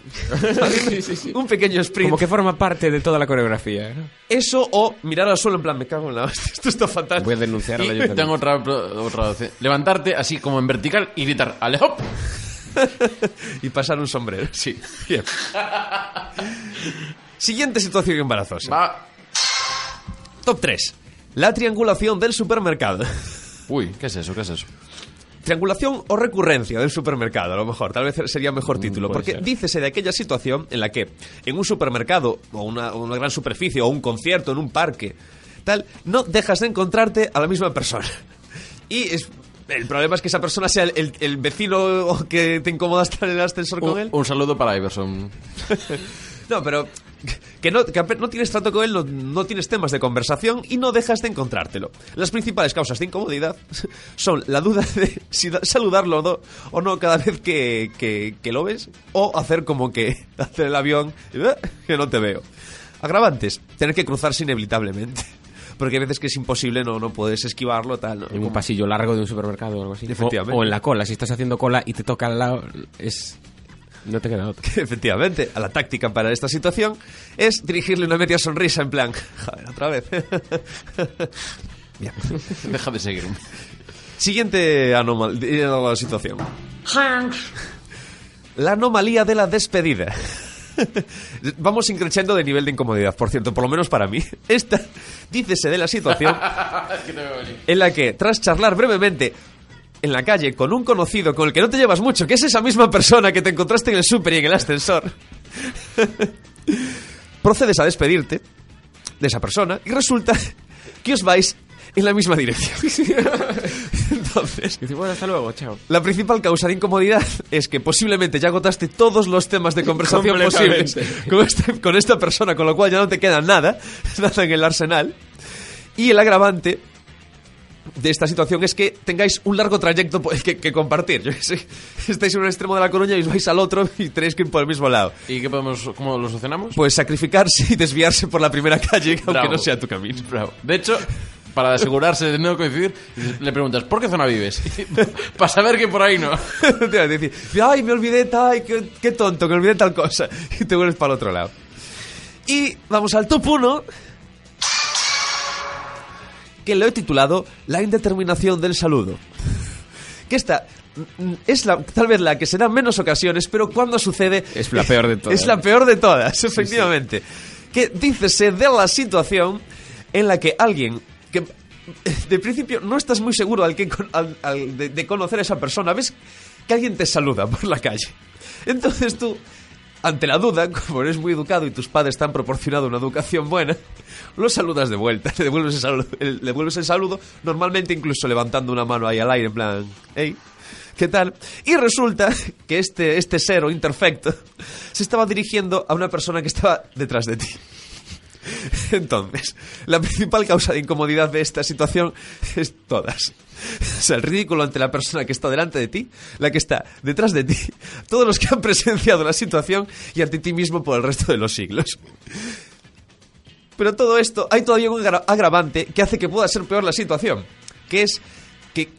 [SPEAKER 1] *laughs* un pequeño sprint.
[SPEAKER 4] Como que forma parte de toda la coreografía.
[SPEAKER 1] Eso o mirar al suelo en plan, me cago en la hostia, esto está fatal.
[SPEAKER 4] Voy a denunciar al
[SPEAKER 1] Y-
[SPEAKER 4] ayuntamiento.
[SPEAKER 2] Tengo otra, otra... Levantarte así como en vertical y gritar ¡Alejop!
[SPEAKER 1] *laughs* y pasar un sombrero.
[SPEAKER 2] Sí.
[SPEAKER 1] Bien. Siguiente situación embarazosa.
[SPEAKER 2] Va.
[SPEAKER 1] Top 3. La triangulación del supermercado.
[SPEAKER 2] Uy, ¿qué es eso? ¿Qué es eso?
[SPEAKER 1] Triangulación o recurrencia del supermercado, a lo mejor. Tal vez sería mejor título.
[SPEAKER 2] Mm, puede
[SPEAKER 1] Porque
[SPEAKER 2] ser.
[SPEAKER 1] dícese de aquella situación en la que en un supermercado o una, o una gran superficie o un concierto, en un parque, tal, no dejas de encontrarte a la misma persona. *laughs* Y es- el problema es que esa persona sea el, el- el vecino o que te incomoda estar en el ascensor con él.
[SPEAKER 2] Un, un saludo para Iverson.
[SPEAKER 1] No, pero que no, que ape- no tienes trato con él, no, no tienes temas de conversación y no dejas de encontrártelo. Las principales causas de incomodidad *laughs* son la duda de si da- saludarlo o no, o no cada vez que, que- que lo ves o hacer como que *laughs* hacer el avión y, "Eh, que no te veo. Agravantes, tener que cruzarse inevitablemente. *laughs* Porque hay veces que es imposible, no, no puedes esquivarlo, tal. ¿no? *laughs*
[SPEAKER 4] En un pasillo largo de un supermercado o algo así.
[SPEAKER 1] Efectivamente.
[SPEAKER 4] O, o en la cola. Si estás haciendo cola y te toca al lado, es... No te queda otra.
[SPEAKER 1] Efectivamente, a la táctica para esta situación es dirigirle una media sonrisa en plan, joder, otra vez. *laughs* Bien.
[SPEAKER 2] Deja de seguirme. *laughs*
[SPEAKER 1] Siguiente anomal- eh, la situación. La anomalía de la despedida. *laughs* Vamos increciendo de nivel de incomodidad, por cierto, por lo menos para mí. *laughs* Esta, dícese de la situación en la que, tras charlar brevemente en la calle con un conocido con el que no te llevas mucho, que es esa misma persona que te encontraste en el súper y en el ascensor, *laughs* procedes a despedirte de esa persona y resulta que os vais en la misma dirección. *laughs* Entonces,
[SPEAKER 4] Dice, bueno, hasta luego, chao.
[SPEAKER 1] la principal causa de incomodidad es que posiblemente ya agotaste todos los temas de conversación posibles con esta, con esta persona, con lo cual ya no te queda nada, *laughs* nada en el arsenal. Y el agravante de esta situación es que tengáis un largo trayecto po- que, que compartir. Yo qué sé. *laughs* Estáis en un extremo de la Coruña y os vais al otro y tenéis que ir por el mismo lado.
[SPEAKER 2] ¿Y qué podemos, cómo lo solucionamos?
[SPEAKER 1] Pues sacrificarse y desviarse por la primera calle, *laughs*
[SPEAKER 2] Bravo.
[SPEAKER 1] aunque no sea tu camino.
[SPEAKER 2] Bravo. De hecho, para asegurarse de no coincidir, le preguntas, ¿por qué zona vives? *laughs* para saber que por ahí no.
[SPEAKER 1] *laughs* Te vas a decir, ay, me olvidé, ta- ay, qué, qué tonto, que olvidé tal cosa. *laughs* Y te vuelves para el otro lado. Y vamos al top 1, que lo he titulado La indeterminación del saludo. Que esta mm, es la, tal vez la que se da menos ocasiones, pero cuando sucede...
[SPEAKER 4] Es la peor de todas.
[SPEAKER 1] Es la peor de todas, efectivamente. Que dícese de la situación en la que alguien que *laughs* de principio no estás muy seguro al que, con- al- al- de, de conocer a esa persona, ves que alguien te saluda por la calle. Entonces tú, ante la duda, *laughs* como eres muy educado y tus padres te han proporcionado una educación buena, lo saludas de vuelta, *laughs* le devuelves el saludo, el- le devuelves el saludo normalmente incluso levantando una mano ahí al aire en plan, hey. ¿Qué tal? Y resulta que este, este ser o imperfecto se estaba dirigiendo a una persona que estaba detrás de ti. *laughs* Entonces, la principal causa de incomodidad de esta situación es todas. O sea, el ridículo ante la persona que está delante de ti, la que está detrás de ti, todos los que han presenciado la situación y ante ti mismo por el resto de los siglos. Pero todo esto, hay todavía un agra- agravante que hace que pueda ser peor la situación, que es que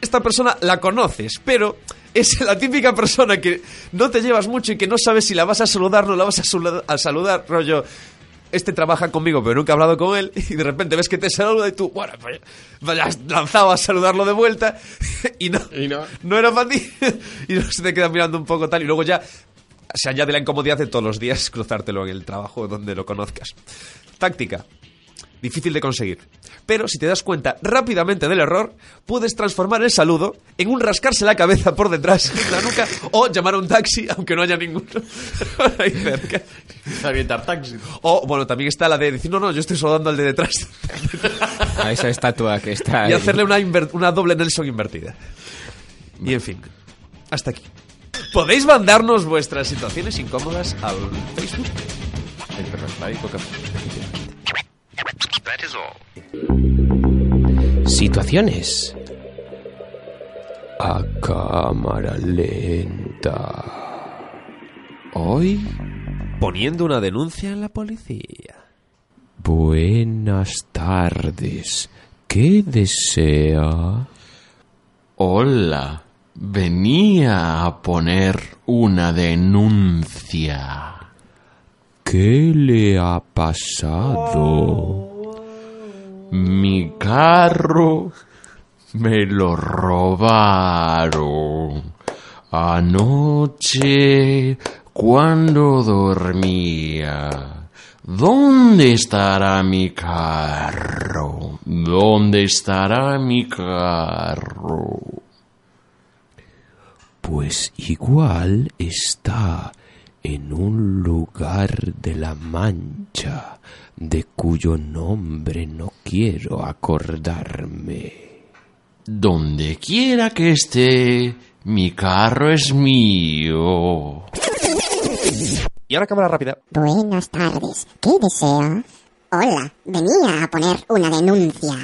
[SPEAKER 1] esta persona la conoces, pero es la típica persona que no te llevas mucho y que no sabes si la vas a saludar o no la vas a, saluda- a saludar, rollo. Este trabaja conmigo, pero nunca he hablado con él, y de repente ves que te saluda y tú, bueno, pues pues has lanzado a saludarlo de vuelta, *laughs* y no,
[SPEAKER 2] Y no.
[SPEAKER 1] era para ti, *laughs* y luego se te queda mirando un poco tal, y luego ya se añade la incomodidad de todos los días *laughs* cruzártelo en el trabajo donde lo conozcas. Táctica, difícil de conseguir. Pero si te das cuenta rápidamente del error, puedes transformar el saludo en un rascarse la cabeza por detrás *laughs* de la nuca o llamar a un taxi, aunque no haya ninguno *laughs* por ahí cerca.
[SPEAKER 2] *laughs* Está bien, tar taxi.
[SPEAKER 1] O, bueno, también está la de decir, no, no, yo estoy saludando al de detrás. *laughs*
[SPEAKER 4] A esa estatua que está
[SPEAKER 1] Y
[SPEAKER 4] ahí.
[SPEAKER 1] hacerle una, inver- una doble Nelson invertida. Y en fin, hasta aquí. Podéis mandarnos vuestras situaciones incómodas al Facebook.
[SPEAKER 2] El perro está ahí, toca.
[SPEAKER 4] Situaciones. A cámara lenta. Hoy,
[SPEAKER 1] Poniendo una denuncia en la policía.
[SPEAKER 4] buenas tardes. ¿Qué desea?
[SPEAKER 2] Hola, venía a poner una denuncia.
[SPEAKER 4] ¿Qué le ha pasado?
[SPEAKER 2] Mi carro me lo robaron anoche cuando dormía. ¿Dónde estará mi carro? ¿Dónde estará mi carro?
[SPEAKER 4] Pues igual está en un lugar de la Mancha de cuyo nombre no quiero acordarme.
[SPEAKER 2] Donde quiera que esté, mi carro es mío.
[SPEAKER 1] Y ahora cámara rápida.
[SPEAKER 8] Buenas tardes. ¿Qué desea? Hola, venía a poner una denuncia.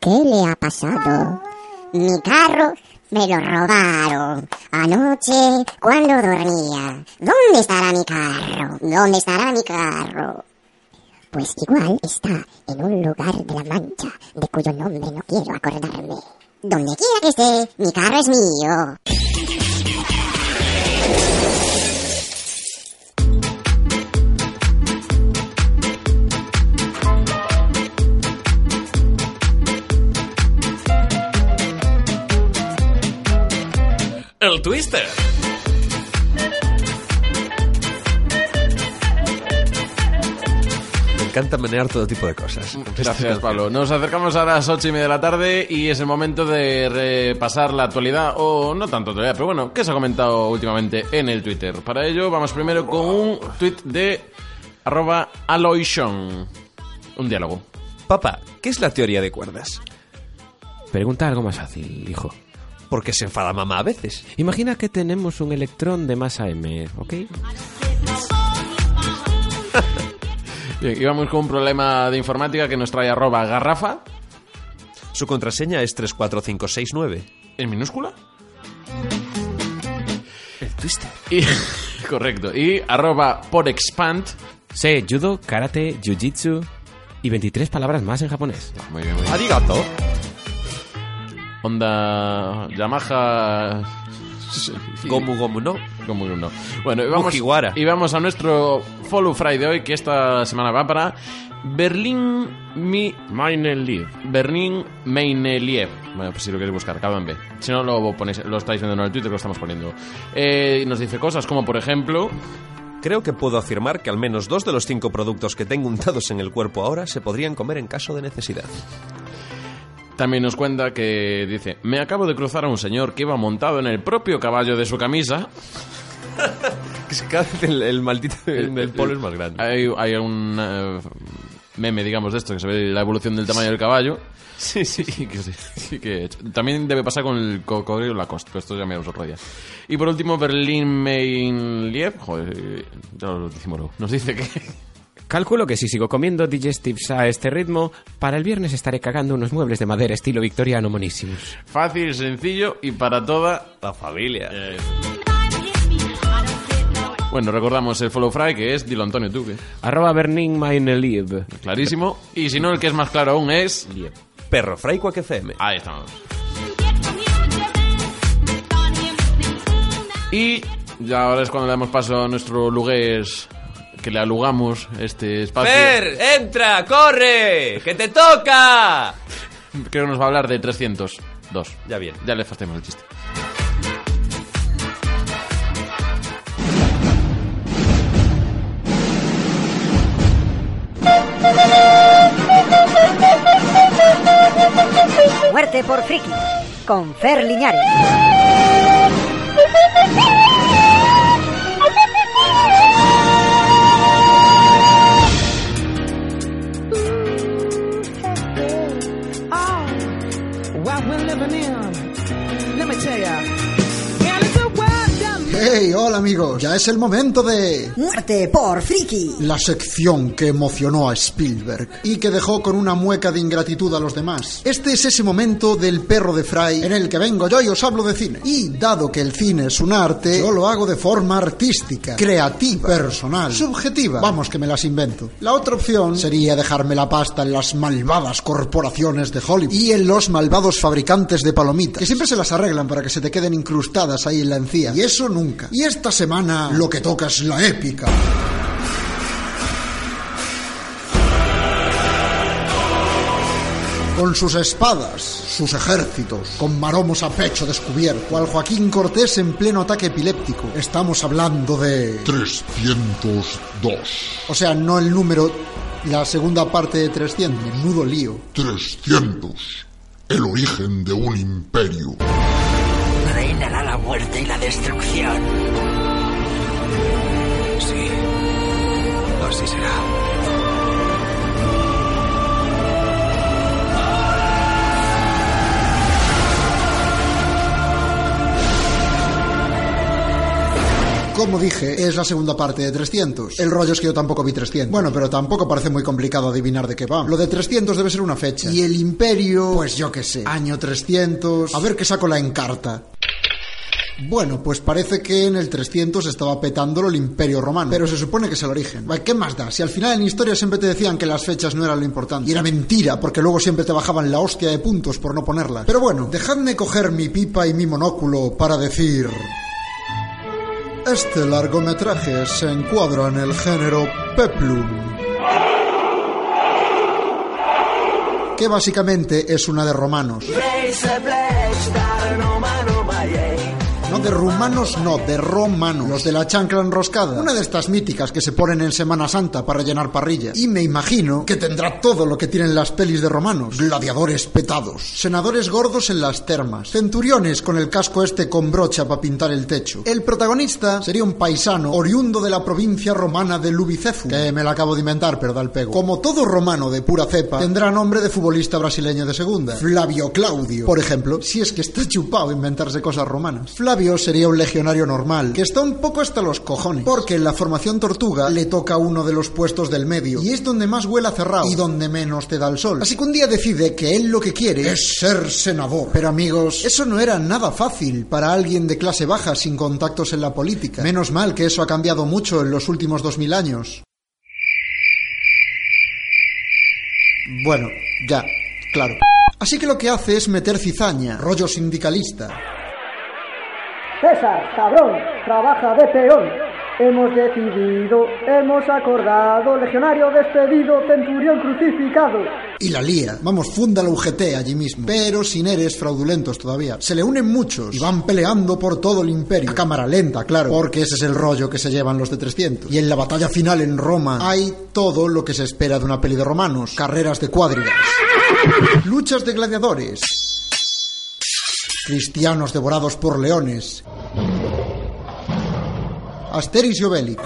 [SPEAKER 8] ¿Qué le ha pasado? Mi carro me lo robaron anoche cuando dormía. ¿Dónde estará mi carro? ¿Dónde estará mi carro? Pues igual está en un lugar de la Mancha de cuyo nombre no quiero acordarme. Donde quiera que esté, mi carro es mío.
[SPEAKER 7] El Twister.
[SPEAKER 1] Me encanta menear todo tipo de cosas.
[SPEAKER 2] Gracias, Pablo. Nos acercamos a las ocho y media de la tarde y es el momento de repasar la actualidad, o no tanto actualidad, pero bueno, ¿qué se ha comentado últimamente en el Twitter? Para ello, vamos primero con un tweet de arroba Aloyshon. Un diálogo.
[SPEAKER 1] Papá, ¿qué es la teoría de cuerdas?
[SPEAKER 4] Pregunta algo más fácil, hijo.
[SPEAKER 1] ¿Por qué se enfada mamá a veces?
[SPEAKER 4] Imagina que tenemos un electrón de masa m, ¿ok?
[SPEAKER 2] Bien, íbamos con un problema de informática que nos trae arroba garrafa.
[SPEAKER 1] Su contraseña es 345669.
[SPEAKER 2] ¿En minúscula?
[SPEAKER 1] El twister.
[SPEAKER 2] Y, *laughs* correcto. Y arroba por expand.
[SPEAKER 4] Sé judo, karate, jiu-jitsu y 23 palabras más en japonés.
[SPEAKER 2] Muy bien, muy bien.
[SPEAKER 1] Arigato.
[SPEAKER 2] Onda Yamaha.
[SPEAKER 1] Gomu Gomu no.
[SPEAKER 2] Como que no. Bueno, y vamos,
[SPEAKER 1] Mugiwara.
[SPEAKER 2] y vamos a nuestro Follow Friday hoy, que esta semana va para Berlín Mi... Maineliev. Berlín Maineliev. Bueno, pues si lo queréis buscar, acaban B. Si no, lo, ponéis, lo estáis viendo en el Twitter, que lo estamos poniendo. Eh, y nos dice cosas como, por ejemplo...
[SPEAKER 1] Creo que puedo afirmar que al menos dos de los cinco productos que tengo untados en el cuerpo ahora se podrían comer en caso de *laughs* necesidad.
[SPEAKER 2] También nos cuenta que dice, me acabo de cruzar a un señor que iba montado en el propio caballo de su camisa.
[SPEAKER 1] Que se cada vez el, el maldito el, del polo es más grande.
[SPEAKER 2] Hay, hay un eh, meme, digamos, de esto, que se ve la evolución del tamaño del caballo.
[SPEAKER 1] Sí, sí.
[SPEAKER 2] *laughs* Sí que, sí que- también debe pasar con el cocodrilo Lacoste, pero esto ya miramos otro día. Y por último, Berlín Mainliev, joder, ya lo decimos luego. Nos dice que *laughs*
[SPEAKER 4] Calculo que si sigo comiendo digestives a este ritmo, para el viernes estaré cagando unos muebles de madera estilo victoriano monísimos.
[SPEAKER 2] fácil, sencillo y para toda.
[SPEAKER 1] La familia.
[SPEAKER 2] eh. Bueno, recordamos el Follow Fry, que es Dilo Antonio Duque.
[SPEAKER 4] Arroba Bernin Mainelieb.
[SPEAKER 2] Clarísimo. Y si no, el que es más claro aún es.
[SPEAKER 1] Perro Fray Quack FM.
[SPEAKER 2] Ahí estamos. Y ya ahora es cuando le damos paso a nuestro lugués que le alugamos este espacio.
[SPEAKER 1] ¡Entra! ¡Corre! ¡Que te toca!
[SPEAKER 2] Creo que nos va a hablar de 302.
[SPEAKER 1] Ya bien.
[SPEAKER 2] Ya le facemos el chiste.
[SPEAKER 12] Muerte por friki con Fer Liñares.
[SPEAKER 13] what we're living in. Let me tell ya. Yeah, it's a wild dumb
[SPEAKER 6] ¡Hey! Hola amigos, ya es el momento de...
[SPEAKER 12] Muerte por friki.
[SPEAKER 6] La sección que emocionó a Spielberg y que dejó con una mueca de ingratitud a los demás. Este es ese momento del perro de Fry en el que vengo yo y os hablo de cine. Y dado que el cine es un arte, yo lo hago de forma artística, creativa, personal, subjetiva. Vamos que me las invento. La otra opción sería dejarme la pasta en las malvadas corporaciones de Hollywood y en los malvados fabricantes de palomitas, que siempre se las arreglan para que se te queden incrustadas ahí en la encía. Y eso nunca. Y esta semana lo que toca es la épica. Con sus espadas, sus ejércitos, con maromos a pecho descubierto, al Joaquín Cortés en pleno ataque epiléptico. Estamos hablando de...
[SPEAKER 14] 302.
[SPEAKER 6] O sea, no el número, la segunda parte de 300, menudo lío.
[SPEAKER 14] 300. El origen de un imperio.
[SPEAKER 15] Reinará la muerte y la destrucción. Sí, así será.
[SPEAKER 6] Como dije, es la segunda parte de 300. El rollo es que yo tampoco vi 300. Bueno, pero tampoco parece muy complicado adivinar de qué va. Lo de 300 debe ser una fecha. Y el imperio, pues yo qué sé, año 300. A ver qué saco la encarta. Bueno, pues parece que en el 300 estaba petándolo el Imperio Romano, pero se supone que es el origen. Bueno, ¿Qué más da? Si al final en historia siempre te decían que las fechas no eran lo importante. Y era mentira, porque luego siempre te bajaban la hostia de puntos por no ponerlas. Pero bueno, dejadme coger mi pipa y mi monóculo para decir... Este largometraje se encuadra en el género Peplum. Que básicamente es una de romanos. ¿no? De rumanos no, de romanos. Los de la chancla enroscada. Una de estas míticas que se ponen en Semana Santa para llenar parrilla. Y me imagino que tendrá todo lo que tienen las pelis de romanos. Gladiadores petados. Senadores gordos en las termas. Centuriones con el casco este con brocha para pintar el techo. El protagonista sería un paisano oriundo de la provincia romana de Lubicefu. Que me la acabo de inventar, pero da el pego. Como todo romano de pura cepa, tendrá nombre de futbolista brasileño de segunda. Flavio Claudio, por ejemplo. Si es que está chupado inventarse cosas romanas. Flavio sería un legionario normal, que está un poco hasta los cojones. Porque en la formación tortuga le toca uno de los puestos del medio. Y es donde más huela cerrado y donde menos te da el sol. Así que un día decide que él lo que quiere es ser senador. Pero amigos, eso no era nada fácil para alguien de clase baja sin contactos en la política. Menos mal que eso ha cambiado mucho en los últimos 2000 años. Bueno, ya, claro. Así que lo que hace es meter cizaña, rollo sindicalista.
[SPEAKER 16] César, cabrón, trabaja de peón. Hemos decidido, hemos acordado, legionario despedido, centurión crucificado.
[SPEAKER 6] Y la lía. Vamos, funda la UGT allí mismo. Pero sin eres fraudulentos todavía. Se le unen muchos y van peleando por todo el imperio. A cámara lenta, claro. Porque ese es el rollo que se llevan los de 300. Y en la batalla final en Roma hay todo lo que se espera de una peli de romanos. Carreras de cuadrigas. Luchas de gladiadores. Cristianos devorados por leones. Asterix y Obelix.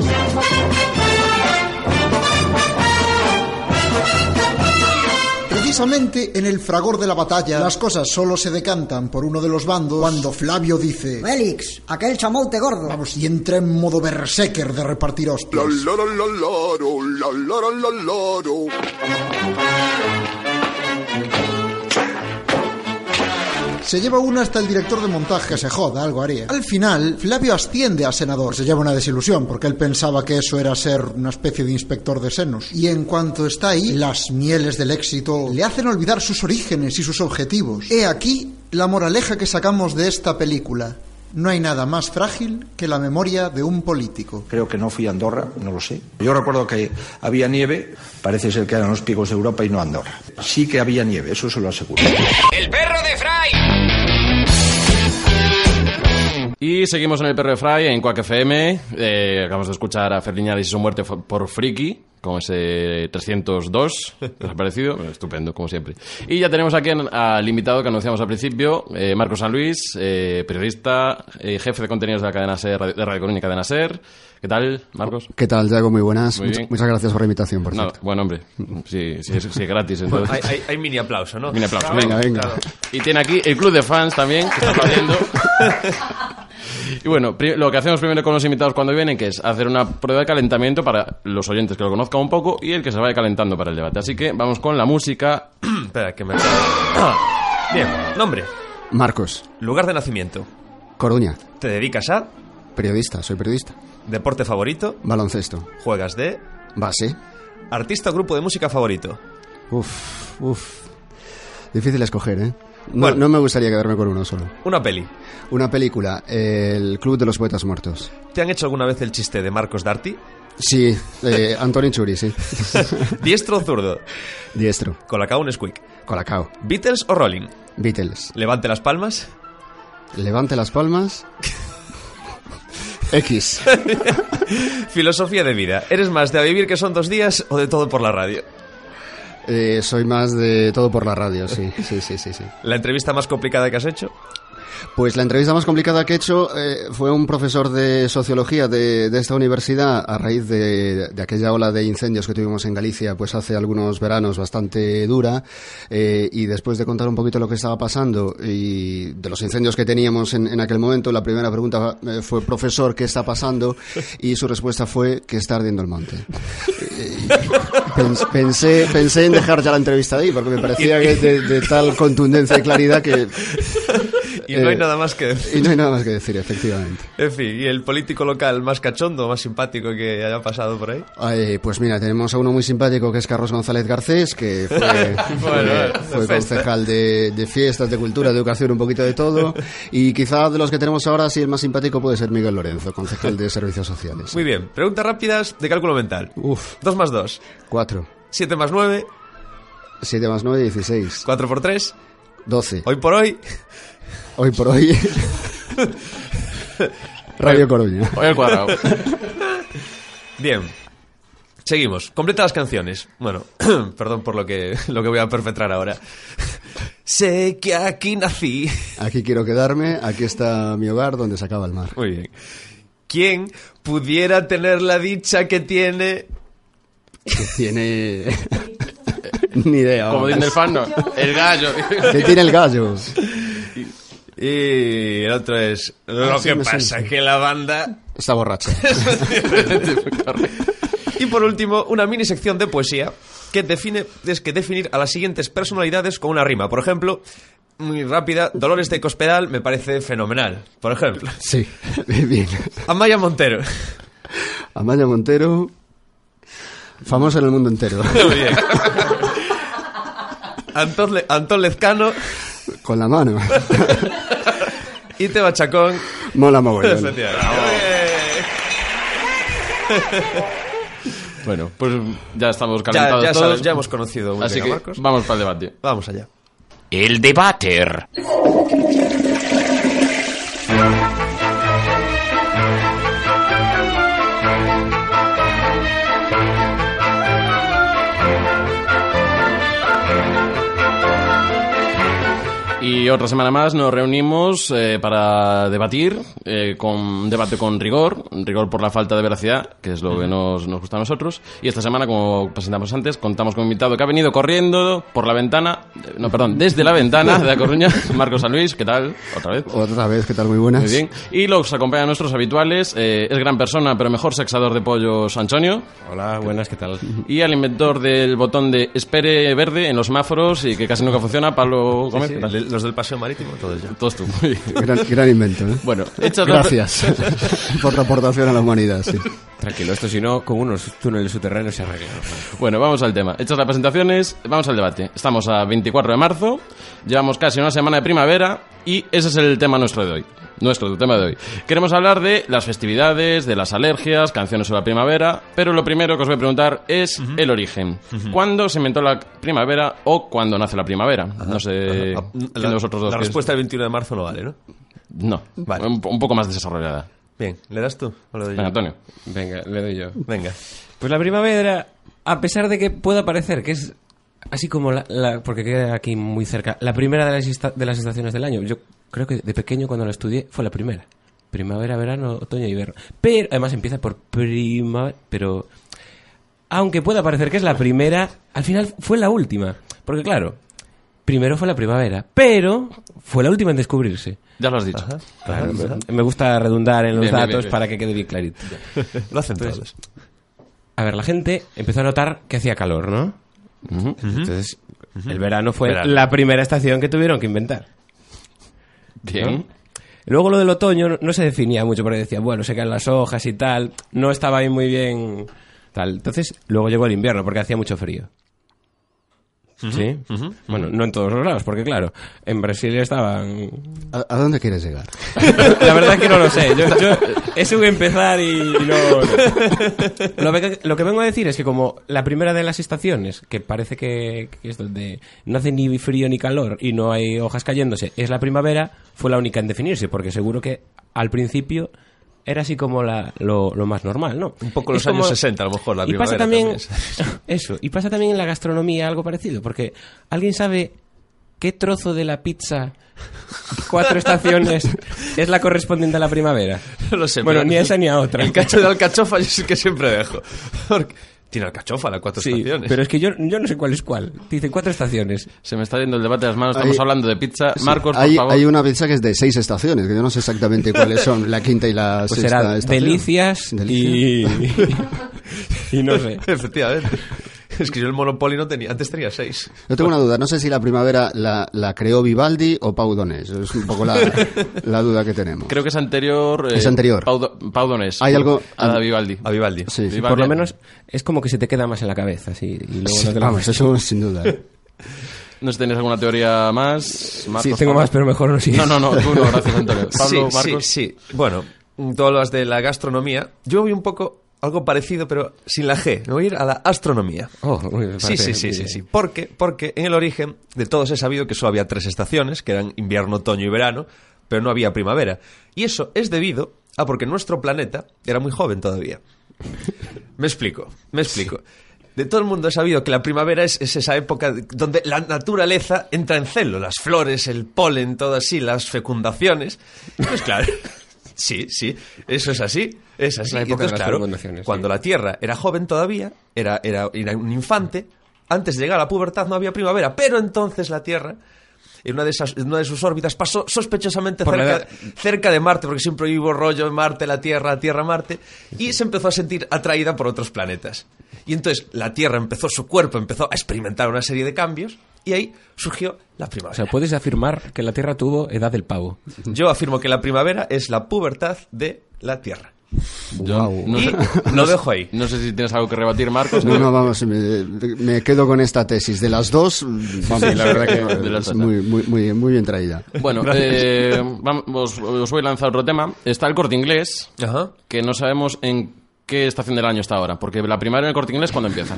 [SPEAKER 6] Precisamente en el fragor de la batalla, las cosas solo se decantan por uno de los bandos cuando Flavio dice:
[SPEAKER 12] Félix, aquel chamote gordo.
[SPEAKER 6] Vamos, y entra en modo berserker de repartir hostias. Se lleva una hasta el director de montaje, se joda, algo haría. Al final, Flavio asciende a senador. Se lleva una desilusión, porque él pensaba que eso era ser una especie de inspector de senos. Y en cuanto está ahí, las mieles del éxito le hacen olvidar sus orígenes y sus objetivos. He aquí la moraleja que sacamos de esta película. No hay nada más frágil que la memoria de un político.
[SPEAKER 17] Creo que no fui a Andorra, no lo sé. Yo recuerdo que había nieve, parece ser que eran los picos de Europa y no Andorra. Sí que había nieve, eso se lo aseguro.
[SPEAKER 3] ¡El perro de Fry!
[SPEAKER 2] Y seguimos en el Perro de Fry, en Quack FM. Eh, acabamos de escuchar a Ferliñares y su muerte fo- por Friki, con ese 302 desaparecido. Bueno, Estupendo, como siempre. Y ya tenemos aquí en- al invitado que anunciamos al principio, eh, Marco San Luis, eh, periodista, eh, jefe de contenidos de la cadena SER, de Radio Coruña y Cadena SER. ¿Qué tal, Marcos?
[SPEAKER 11] ¿Qué tal, Diego? Muy buenas.
[SPEAKER 2] Muy
[SPEAKER 11] Mucha-
[SPEAKER 2] bien.
[SPEAKER 11] Muchas gracias por la invitación, por
[SPEAKER 2] No,
[SPEAKER 11] cierto.
[SPEAKER 2] buen hombre. Sí, sí, es, sí, es
[SPEAKER 11] *laughs*
[SPEAKER 2] gratis.
[SPEAKER 1] Bueno,
[SPEAKER 2] Entonces.
[SPEAKER 1] hay, hay- hay mini aplauso, ¿no?
[SPEAKER 2] Mini aplauso.
[SPEAKER 11] Venga, venga.
[SPEAKER 2] Y tiene aquí el club de fans también, que está aplaudiendo.
[SPEAKER 1] *laughs*
[SPEAKER 2] Y bueno, pri- lo que hacemos primero con los invitados cuando vienen, que es hacer una prueba de calentamiento para los oyentes que lo conozcan un poco y el que se vaya calentando para el debate. Así que vamos con la música.
[SPEAKER 1] Espera, que me... *coughs* Bien, nombre,
[SPEAKER 11] Marcos,
[SPEAKER 1] lugar de nacimiento.
[SPEAKER 11] Coruña,
[SPEAKER 1] ¿Te dedicas a
[SPEAKER 11] periodista, soy periodista.
[SPEAKER 1] deporte favorito?
[SPEAKER 11] Baloncesto,
[SPEAKER 1] ¿Juegas de
[SPEAKER 11] base.
[SPEAKER 1] artista o grupo de música favorito?
[SPEAKER 11] Uf, uf. Difícil escoger, ¿eh? No, no me gustaría quedarme con uno solo.
[SPEAKER 1] Una peli.
[SPEAKER 11] Una película, El Club de los Poetas Muertos.
[SPEAKER 1] ¿Te han hecho alguna vez el chiste de Marcos
[SPEAKER 11] *laughs*
[SPEAKER 1] Darty?
[SPEAKER 11] Sí, eh, Antonio Churi, sí.
[SPEAKER 1] ¿Diestro o zurdo?
[SPEAKER 11] Diestro,
[SPEAKER 1] Colacao un squeak.
[SPEAKER 11] Colacao,
[SPEAKER 1] ¿Beatles o Rolling?
[SPEAKER 11] Beatles.
[SPEAKER 1] Levante las palmas.
[SPEAKER 11] Levante las palmas. X.
[SPEAKER 1] Filosofía de vida. ¿Eres más de a vivir que son dos días o de todo por la radio?
[SPEAKER 11] Eh, soy más de todo por la radio, sí, sí, sí, sí, sí.
[SPEAKER 1] ¿La entrevista más complicada que has hecho?
[SPEAKER 11] Pues la entrevista más complicada que he hecho eh, fue un profesor de sociología de, de esta universidad a raíz de, de aquella ola de incendios que tuvimos en Galicia, pues hace algunos veranos bastante dura. eh, y después de contar un poquito lo que estaba pasando y de los incendios que teníamos en, en aquel momento, la primera pregunta eh, fue profesor, ¿qué está pasando? Y su respuesta fue que está ardiendo el monte. Eh, pens- pensé, pensé en dejar ya la entrevista ahí porque me parecía que de, de tal contundencia y claridad que
[SPEAKER 1] Y no hay
[SPEAKER 11] Eh,
[SPEAKER 1] nada más que decir.
[SPEAKER 11] y no hay nada más que decir, efectivamente.
[SPEAKER 1] En fin, ¿y el político local más cachondo, más simpático que haya pasado por ahí?
[SPEAKER 11] Ay, pues mira, tenemos a uno muy simpático que es Carlos González Garcés, que fue, fue- fue
[SPEAKER 1] de festa.
[SPEAKER 11] concejal de, de fiestas, de cultura, de educación, un poquito de todo. Y quizá de los que tenemos ahora, sí, el más simpático puede ser Miguel Lorenzo, concejal de servicios sociales.
[SPEAKER 1] Muy bien, preguntas rápidas de cálculo mental.
[SPEAKER 11] Uf.
[SPEAKER 1] 2 más 2,
[SPEAKER 11] 4,
[SPEAKER 1] 7 más 9,
[SPEAKER 11] 7 más 9, 16,
[SPEAKER 1] 4 por 3,
[SPEAKER 11] 12.
[SPEAKER 1] hoy por hoy,
[SPEAKER 11] Hoy por hoy, Radio Coruña.
[SPEAKER 2] Voy al cuadrado.
[SPEAKER 1] Bien. Seguimos. Completa las canciones. Bueno, *clears throat* perdón por lo que, lo que voy a perpetrar ahora. sé que aquí nací.
[SPEAKER 11] Aquí quiero quedarme, aquí está mi hogar donde se acaba el mar.
[SPEAKER 1] Muy bien. ¿Quién pudiera tener la dicha que tiene...
[SPEAKER 11] Que tiene... *laughs* Ni idea.
[SPEAKER 2] Como
[SPEAKER 11] vamos.
[SPEAKER 2] dice el fan, no. El
[SPEAKER 1] *laughs*
[SPEAKER 2] gallo.
[SPEAKER 11] Que tiene el gallo.
[SPEAKER 1] Y el otro es... Lo
[SPEAKER 11] Ah, sí,
[SPEAKER 1] que
[SPEAKER 11] me
[SPEAKER 1] pasa
[SPEAKER 11] suena.
[SPEAKER 1] que la banda...
[SPEAKER 11] Está borracho.
[SPEAKER 1] *laughs* y por último, una mini sección de poesía que define, es que definir a las siguientes personalidades con una rima. Por ejemplo, muy rápida, Dolores de Cospedal me parece fenomenal. Por ejemplo,
[SPEAKER 11] Sí, *laughs* bien.
[SPEAKER 1] Amaya Montero.
[SPEAKER 11] Amaya Montero, famosa en el
[SPEAKER 2] *laughs*
[SPEAKER 11] mundo entero.
[SPEAKER 1] Muy bien. *laughs* Antón, Le- Antón Lezcano
[SPEAKER 11] Con
[SPEAKER 2] *laughs*
[SPEAKER 11] la mano.
[SPEAKER 1] y Teba Chacón.
[SPEAKER 11] Mola mogollón.
[SPEAKER 1] Efectivamente.
[SPEAKER 2] Bueno, pues ya estamos
[SPEAKER 1] Ya-
[SPEAKER 2] calentados
[SPEAKER 1] ya
[SPEAKER 2] todos.
[SPEAKER 1] sabes, ya hemos conocido muy
[SPEAKER 2] Así
[SPEAKER 1] bien a
[SPEAKER 2] que
[SPEAKER 1] Marcos.
[SPEAKER 2] vamos para el debate.
[SPEAKER 1] Vamos allá.
[SPEAKER 2] El debater. Y otra semana más nos reunimos eh, para debatir, eh, con un debate con rigor, rigor por la falta de veracidad, que es lo que nos, nos gusta a nosotros. Y esta semana, como presentamos antes, contamos con un invitado que ha venido corriendo por la ventana, eh, no, perdón, desde la ventana de La Coruña, Marcos San Luis, ¿qué tal? Otra vez.
[SPEAKER 11] Otra vez, ¿qué tal? Muy buenas.
[SPEAKER 2] Muy bien. Y los acompañan nuestros habituales, eh, es gran persona, pero mejor sexador de pollos, Antonio.
[SPEAKER 4] Hola, buenas, ¿qué tal?
[SPEAKER 2] Y al inventor del botón de espere verde en los semáforos y que casi nunca funciona, Pablo Gómez.
[SPEAKER 1] Sí,
[SPEAKER 2] ¿qué
[SPEAKER 1] sí,
[SPEAKER 2] tal?
[SPEAKER 1] de- los del Paseo Marítimo, todos ya.
[SPEAKER 2] Todos tú. Muy bien.
[SPEAKER 11] Gran, gran invento, ¿eh?
[SPEAKER 2] Bueno, hechas las- *laughs*
[SPEAKER 11] Gracias *laughs* por tu aportación a la humanidad, sí.
[SPEAKER 4] Tranquilo, esto si no, con unos túneles subterráneos se arregla.
[SPEAKER 2] Bueno, vamos al tema. Hechas las presentaciones, vamos al debate. Estamos a 24 de marzo, llevamos casi una semana de primavera y ese es el tema nuestro de hoy. Nuestro tema de hoy. Queremos hablar de las festividades, de las alergias, canciones sobre la primavera, pero lo primero que os voy a preguntar es el origen. ¿Cuándo se inventó la primavera o cuándo nace la primavera? No sé, ¿quién de
[SPEAKER 1] Ah, La,
[SPEAKER 2] vosotros dos
[SPEAKER 1] la
[SPEAKER 2] quieres?
[SPEAKER 1] respuesta del 21 de marzo no vale, ¿no?
[SPEAKER 2] No, un, un poco más desarrollada.
[SPEAKER 1] Bien, ¿le das tú? o le doy yo?
[SPEAKER 2] Venga, Antonio.
[SPEAKER 4] Venga, le doy yo.
[SPEAKER 1] Venga.
[SPEAKER 4] Pues la primavera, a pesar de que pueda parecer que es así como la, la- porque queda aquí muy cerca, la primera de las, esta- de las estaciones del año. Yo creo que de pequeño cuando la estudié fue la primera. Primavera, verano, otoño y invierno. Pero además empieza por primavera, pero aunque pueda parecer que es la primera, al final fue la última, porque claro, primero fue la primavera, pero fue la última en descubrirse.
[SPEAKER 2] Ya lo has dicho.
[SPEAKER 4] Claro, me gusta redundar en los
[SPEAKER 2] Bien, bien,
[SPEAKER 4] datos
[SPEAKER 2] bien, bien.
[SPEAKER 4] para que quede bien clarito.
[SPEAKER 1] Lo hacen
[SPEAKER 4] Entonces,
[SPEAKER 1] todos.
[SPEAKER 4] A ver, la gente empezó a notar que hacía calor, ¿no? Entonces, el verano fue
[SPEAKER 2] Verano.
[SPEAKER 4] la primera estación que tuvieron que inventar.
[SPEAKER 2] Bien.
[SPEAKER 4] ¿no? Luego lo del otoño no- no se definía mucho porque decía, bueno, se caen las hojas y tal, no estaba ahí muy bien tal. Entonces, luego llegó el invierno porque hacía mucho frío. ¿Sí? Bueno, no en todos los lados, porque claro, en Brasil estaban...
[SPEAKER 11] ¿A, a dónde quieres llegar?
[SPEAKER 4] La verdad es que no lo sé. Yo, yo- es un empezar y no... no. Lo, que, lo que vengo a decir es que como la primera de las estaciones, que parece que, que es donde no hace ni frío ni calor y no hay hojas cayéndose, es la primavera, fue la única en definirse, porque seguro que al principio era así como la, lo, lo más normal, ¿no?
[SPEAKER 1] Un poco
[SPEAKER 4] Es
[SPEAKER 1] los años
[SPEAKER 4] como-
[SPEAKER 1] 60, a lo mejor, la
[SPEAKER 4] y pasa
[SPEAKER 1] primavera
[SPEAKER 4] también,
[SPEAKER 1] también
[SPEAKER 4] *laughs* eso, y pasa también en la gastronomía algo parecido, porque alguien sabe qué trozo de la pizza cuatro estaciones es la correspondiente a la primavera.
[SPEAKER 1] No *laughs* lo sé.
[SPEAKER 4] Bueno,
[SPEAKER 1] pero- *laughs*
[SPEAKER 4] ni a esa ni a otra.
[SPEAKER 1] El cacho de alcachofa yo sí que siempre
[SPEAKER 2] *laughs*
[SPEAKER 1] dejo. Porque tiene alcachofa las cuatro
[SPEAKER 4] Sí,
[SPEAKER 1] estaciones.
[SPEAKER 4] pero es que yo, yo no sé cuál es cuál. Dicen cuatro estaciones.
[SPEAKER 2] Se me está yendo el debate de las manos. Estamos
[SPEAKER 11] Hay-
[SPEAKER 2] hablando de pizza.
[SPEAKER 11] Sí,
[SPEAKER 2] Marcos,
[SPEAKER 11] hay,
[SPEAKER 2] por favor.
[SPEAKER 11] hay una pizza que es de seis estaciones, que yo no sé exactamente cuáles son, la quinta y la
[SPEAKER 4] Pues
[SPEAKER 11] sexta
[SPEAKER 4] será
[SPEAKER 11] Ah, estación.
[SPEAKER 4] delicias, y... y no sé.
[SPEAKER 1] *laughs* Efectivamente. Es que yo el Monopoly no tenía. Antes tenía seis.
[SPEAKER 11] Yo tengo una duda, no sé si la primavera la, la creó Vivaldi o Pau Donés, es un poco
[SPEAKER 2] *laughs*
[SPEAKER 11] la, la duda que tenemos.
[SPEAKER 2] Creo que es anterior.
[SPEAKER 11] Es anterior.
[SPEAKER 2] Paudones.
[SPEAKER 11] Hay algo-
[SPEAKER 2] A Vivaldi.
[SPEAKER 1] A Vivaldi.
[SPEAKER 11] Sí, sí.
[SPEAKER 2] Vivaldi.
[SPEAKER 4] Por lo menos es como que se te queda más en la cabeza. sí, y luego no te la-
[SPEAKER 11] Vamos, eso sin duda. ¿eh?
[SPEAKER 2] No sé si tenéis alguna teoría más. Marcos,
[SPEAKER 4] Sí, tengo
[SPEAKER 2] Pablo.
[SPEAKER 4] más, pero mejor no sigas.
[SPEAKER 2] No, no, no. Tú no, gracias, Antonio. Pablo,
[SPEAKER 1] sí,
[SPEAKER 2] Marcos.
[SPEAKER 1] sí, sí. Bueno, todas las de la gastronomía. Yo voy un poco algo parecido, pero sin la G. Me voy a ir a la astronomía.
[SPEAKER 4] Oh, uy, me
[SPEAKER 1] Sí,
[SPEAKER 4] parece-
[SPEAKER 1] sí, sí, sí, sí. Porque, porque en el origen de todos he sabido que solo había tres estaciones, que eran invierno, otoño y verano, pero no había primavera. Y eso es debido a porque nuestro planeta era muy joven todavía. Me explico, me explico. De todo el mundo he sabido que la primavera es, es esa época donde la naturaleza entra en celo, las flores, el polen, todo así, las fecundaciones. Pues claro, *laughs* sí, sí, eso es así, es así.
[SPEAKER 4] La
[SPEAKER 1] Y
[SPEAKER 4] época de
[SPEAKER 1] entonces,
[SPEAKER 4] las
[SPEAKER 1] claro,
[SPEAKER 4] fecundaciones, sí.
[SPEAKER 1] cuando la Tierra era joven todavía, era, era, era un infante, antes de llegar a la pubertad no había primavera, pero entonces la Tierra... En una, de esas- en una de sus órbitas pasó sospechosamente
[SPEAKER 4] Por la
[SPEAKER 1] cerca,
[SPEAKER 4] edad-
[SPEAKER 1] cerca de Marte, porque siempre vivo rollo Marte, la Tierra, Tierra, Marte, y se empezó a sentir atraída por otros planetas. Y entonces la Tierra empezó, su cuerpo empezó a experimentar una serie de cambios, y ahí surgió la
[SPEAKER 18] O
[SPEAKER 1] primavera.
[SPEAKER 18] sea,
[SPEAKER 4] pues-
[SPEAKER 18] puedes afirmar que la Tierra tuvo edad del pavo.
[SPEAKER 1] Yo afirmo que la primavera es la pubertad de la Tierra.
[SPEAKER 2] Yo no
[SPEAKER 1] Y
[SPEAKER 2] sé-
[SPEAKER 1] lo dejo ahí.
[SPEAKER 2] No sé si tienes algo que rebatir, Marcos.
[SPEAKER 11] No, no, vamos, me, me quedo con esta tesis. De las dos, vamos,
[SPEAKER 2] sí, la verdad
[SPEAKER 11] *laughs*
[SPEAKER 2] que-
[SPEAKER 11] es
[SPEAKER 2] de las dos,
[SPEAKER 11] muy, muy, muy, bien, muy bien traída.
[SPEAKER 2] Bueno, eh, vamos, os, os voy a lanzar otro tema. Está el corte inglés, que no sabemos en qué estación del año está ahora, porque la primaria en el corte inglés, ¿cuándo empieza?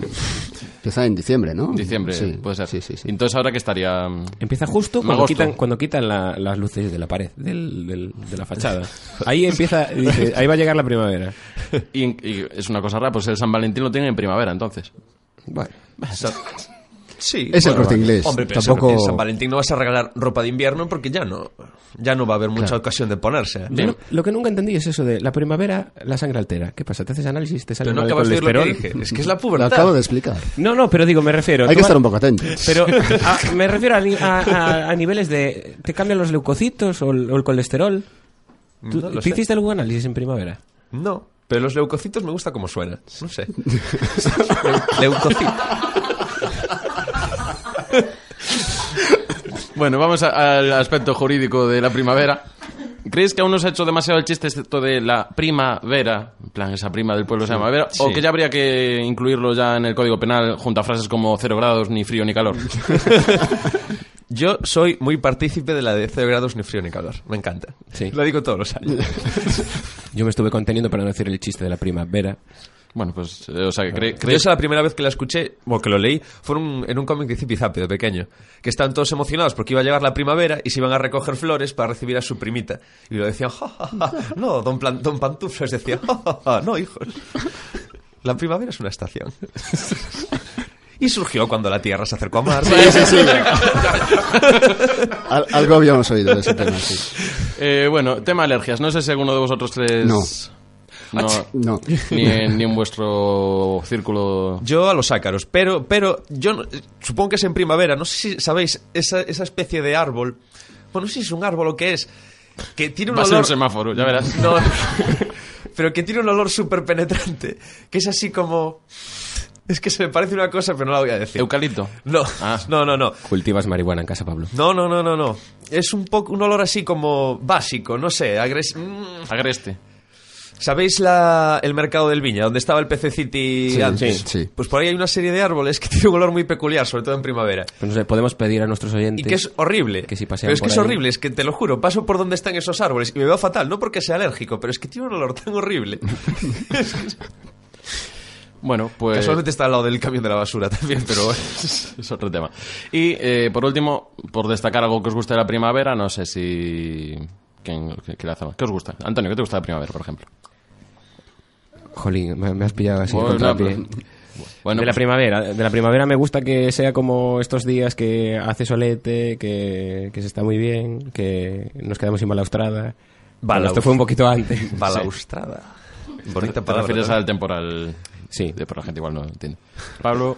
[SPEAKER 11] Empieza en diciembre, ¿no?
[SPEAKER 2] Diciembre,
[SPEAKER 11] Sí.
[SPEAKER 2] puede ser. Entonces, ¿ahora que estaría?
[SPEAKER 11] *laughs*
[SPEAKER 18] Empieza justo cuando
[SPEAKER 2] Agosto.
[SPEAKER 18] quitan, cuando quitan la- las luces de la pared, del- del- de la fachada. Ahí empieza, dice, ahí va a llegar la primavera.
[SPEAKER 2] Y, y es una cosa rara, pues el San Valentín lo tienen en primavera, entonces.
[SPEAKER 11] Bueno.
[SPEAKER 1] Sí,
[SPEAKER 11] Es el Corte
[SPEAKER 1] vale.
[SPEAKER 11] Inglés.
[SPEAKER 1] Hombre, pero
[SPEAKER 11] Tampoco-
[SPEAKER 1] en San Valentín no vas a regalar ropa de invierno porque ya no, ya no va a haber mucha
[SPEAKER 18] Claro.
[SPEAKER 1] ocasión de ponerse. ¿eh?
[SPEAKER 18] Yo no- lo que nunca entendí es eso de la primavera, la sangre altera. ¿Qué pasa? ¿Te haces análisis? ¿Te sale
[SPEAKER 1] Pero no
[SPEAKER 18] mal el
[SPEAKER 1] acabas de oír lo que
[SPEAKER 18] colesterol?
[SPEAKER 1] dije. Es que es la pubertad.
[SPEAKER 11] Lo acabo de explicar.
[SPEAKER 18] No, no, pero digo, me refiero.
[SPEAKER 11] Hay que
[SPEAKER 18] tú
[SPEAKER 11] estar
[SPEAKER 18] vas-
[SPEAKER 11] un poco atento.
[SPEAKER 18] Pero *laughs* a- me refiero a, ni- a- a- a niveles de. ¿Te cambian los leucocitos o el, o el colesterol? ¿Tú-
[SPEAKER 1] No lo
[SPEAKER 18] ¿Te
[SPEAKER 1] sé.
[SPEAKER 18] hiciste algún análisis en primavera?
[SPEAKER 1] No, pero los leucocitos me gusta como suena. No sé. *laughs* Leu- Leucocito.
[SPEAKER 2] Bueno, vamos a- al aspecto jurídico de la primavera. ¿Creéis que aún no se ha hecho demasiado el chiste esto de la primavera? En plan, esa prima del pueblo se llama Vera. ¿O
[SPEAKER 1] Sí.
[SPEAKER 2] que ya habría que incluirlo ya en el Código Penal junto a frases como cero grados, ni frío, ni
[SPEAKER 11] *laughs*
[SPEAKER 2] calor?
[SPEAKER 1] Yo soy muy partícipe de la de 0 grados ni frío ni calor. Me encanta.
[SPEAKER 18] Sí.
[SPEAKER 1] La digo todos los años.
[SPEAKER 18] Yo me estuve conteniendo para no hacer el chiste de la primavera.
[SPEAKER 2] Bueno, pues, eh, o sea, que cre-
[SPEAKER 1] Yo
[SPEAKER 2] creéis...
[SPEAKER 1] esa la primera vez que la escuché, o que lo leí, fue en un- en un cómic de Zipizapi, de pequeño, que estaban todos emocionados porque iba a llegar la primavera y se iban a recoger flores para recibir a su primita. Y lo decían, "Ja, ja, ja". no, don, Plan- don Pantuflas decía, "Ja, ja, ja". no, hijos. La primavera es una estación. Y surgió cuando la Tierra se acercó a Marte.
[SPEAKER 11] Sí, sí, sí. Al- algo habíamos oído de ese tema, sí.
[SPEAKER 2] Eh, bueno, tema alergias. No sé si alguno de vosotros tres...
[SPEAKER 11] No.
[SPEAKER 2] No.
[SPEAKER 11] No.
[SPEAKER 2] *laughs* Ni, en, ni en vuestro círculo...
[SPEAKER 1] Yo a los ácaros, pero, pero yo no- supongo que es en primavera. No sé si sabéis esa, esa especie de árbol. Bueno, no sé si es un árbol o qué es. Que tiene un
[SPEAKER 2] Va a ser
[SPEAKER 1] olor.
[SPEAKER 2] un semáforo, ya verás.
[SPEAKER 18] *laughs*
[SPEAKER 2] *laughs*
[SPEAKER 1] No, pero que tiene un olor súper penetrante. Que es así como. Es que se me parece una cosa, pero no la voy a decir.
[SPEAKER 2] Eucalipto.
[SPEAKER 1] No,
[SPEAKER 2] Ah.
[SPEAKER 1] no, no, no.
[SPEAKER 18] Cultivas marihuana en casa, Pablo.
[SPEAKER 1] No, no, no, no, no. Es un poco un olor así como básico, no sé, agres... mm.
[SPEAKER 2] Agreste.
[SPEAKER 1] ¿Sabéis la, el mercado del Viña, donde estaba el PC City
[SPEAKER 18] Sí,
[SPEAKER 1] antes?
[SPEAKER 18] sí, sí.
[SPEAKER 1] Pues por ahí hay una serie de árboles que *laughs* tienen un olor muy peculiar, sobre todo en primavera.
[SPEAKER 18] Pues no sé, podemos pedir a nuestros oyentes.
[SPEAKER 1] Y que es horrible.
[SPEAKER 18] Que si pasean
[SPEAKER 1] pero es que
[SPEAKER 18] por
[SPEAKER 1] es
[SPEAKER 18] ahí-
[SPEAKER 1] horrible, es que te lo juro, paso por donde están esos árboles y me veo fatal, no porque sea alérgico, pero es que tiene un olor
[SPEAKER 18] *laughs*
[SPEAKER 1] tan horrible.
[SPEAKER 18] Pues
[SPEAKER 2] Bueno, pues... *laughs*
[SPEAKER 1] Casualmente está al lado del camión de la basura también,
[SPEAKER 18] *laughs*
[SPEAKER 1] pero bueno.
[SPEAKER 2] es otro tema. Y eh, por último, por destacar algo que os guste de la primavera, no sé si. ¿Quién, qué, qué le hace más? ¿Qué os gusta? Antonio, ¿qué te gusta de la primavera, por ejemplo?
[SPEAKER 18] Jolín, me, me has pillado así.
[SPEAKER 2] Bueno,
[SPEAKER 18] contra
[SPEAKER 2] no,
[SPEAKER 18] pie.
[SPEAKER 2] pero- bueno,
[SPEAKER 18] de la
[SPEAKER 2] pues-
[SPEAKER 18] primavera. De la primavera me gusta que sea como estos días que hace solete, que, que se está muy bien, que nos quedamos sin balaustrada. Bueno, esto fue un poquito
[SPEAKER 2] *laughs*
[SPEAKER 18] antes.
[SPEAKER 1] Balaustrada.
[SPEAKER 2] ¿Te,
[SPEAKER 1] Bonita
[SPEAKER 2] te
[SPEAKER 1] palabra.
[SPEAKER 2] refieres
[SPEAKER 1] ¿no? *laughs*
[SPEAKER 2] al temporal?
[SPEAKER 18] Sí.
[SPEAKER 2] De, pero la gente igual no lo entiende. Pablo,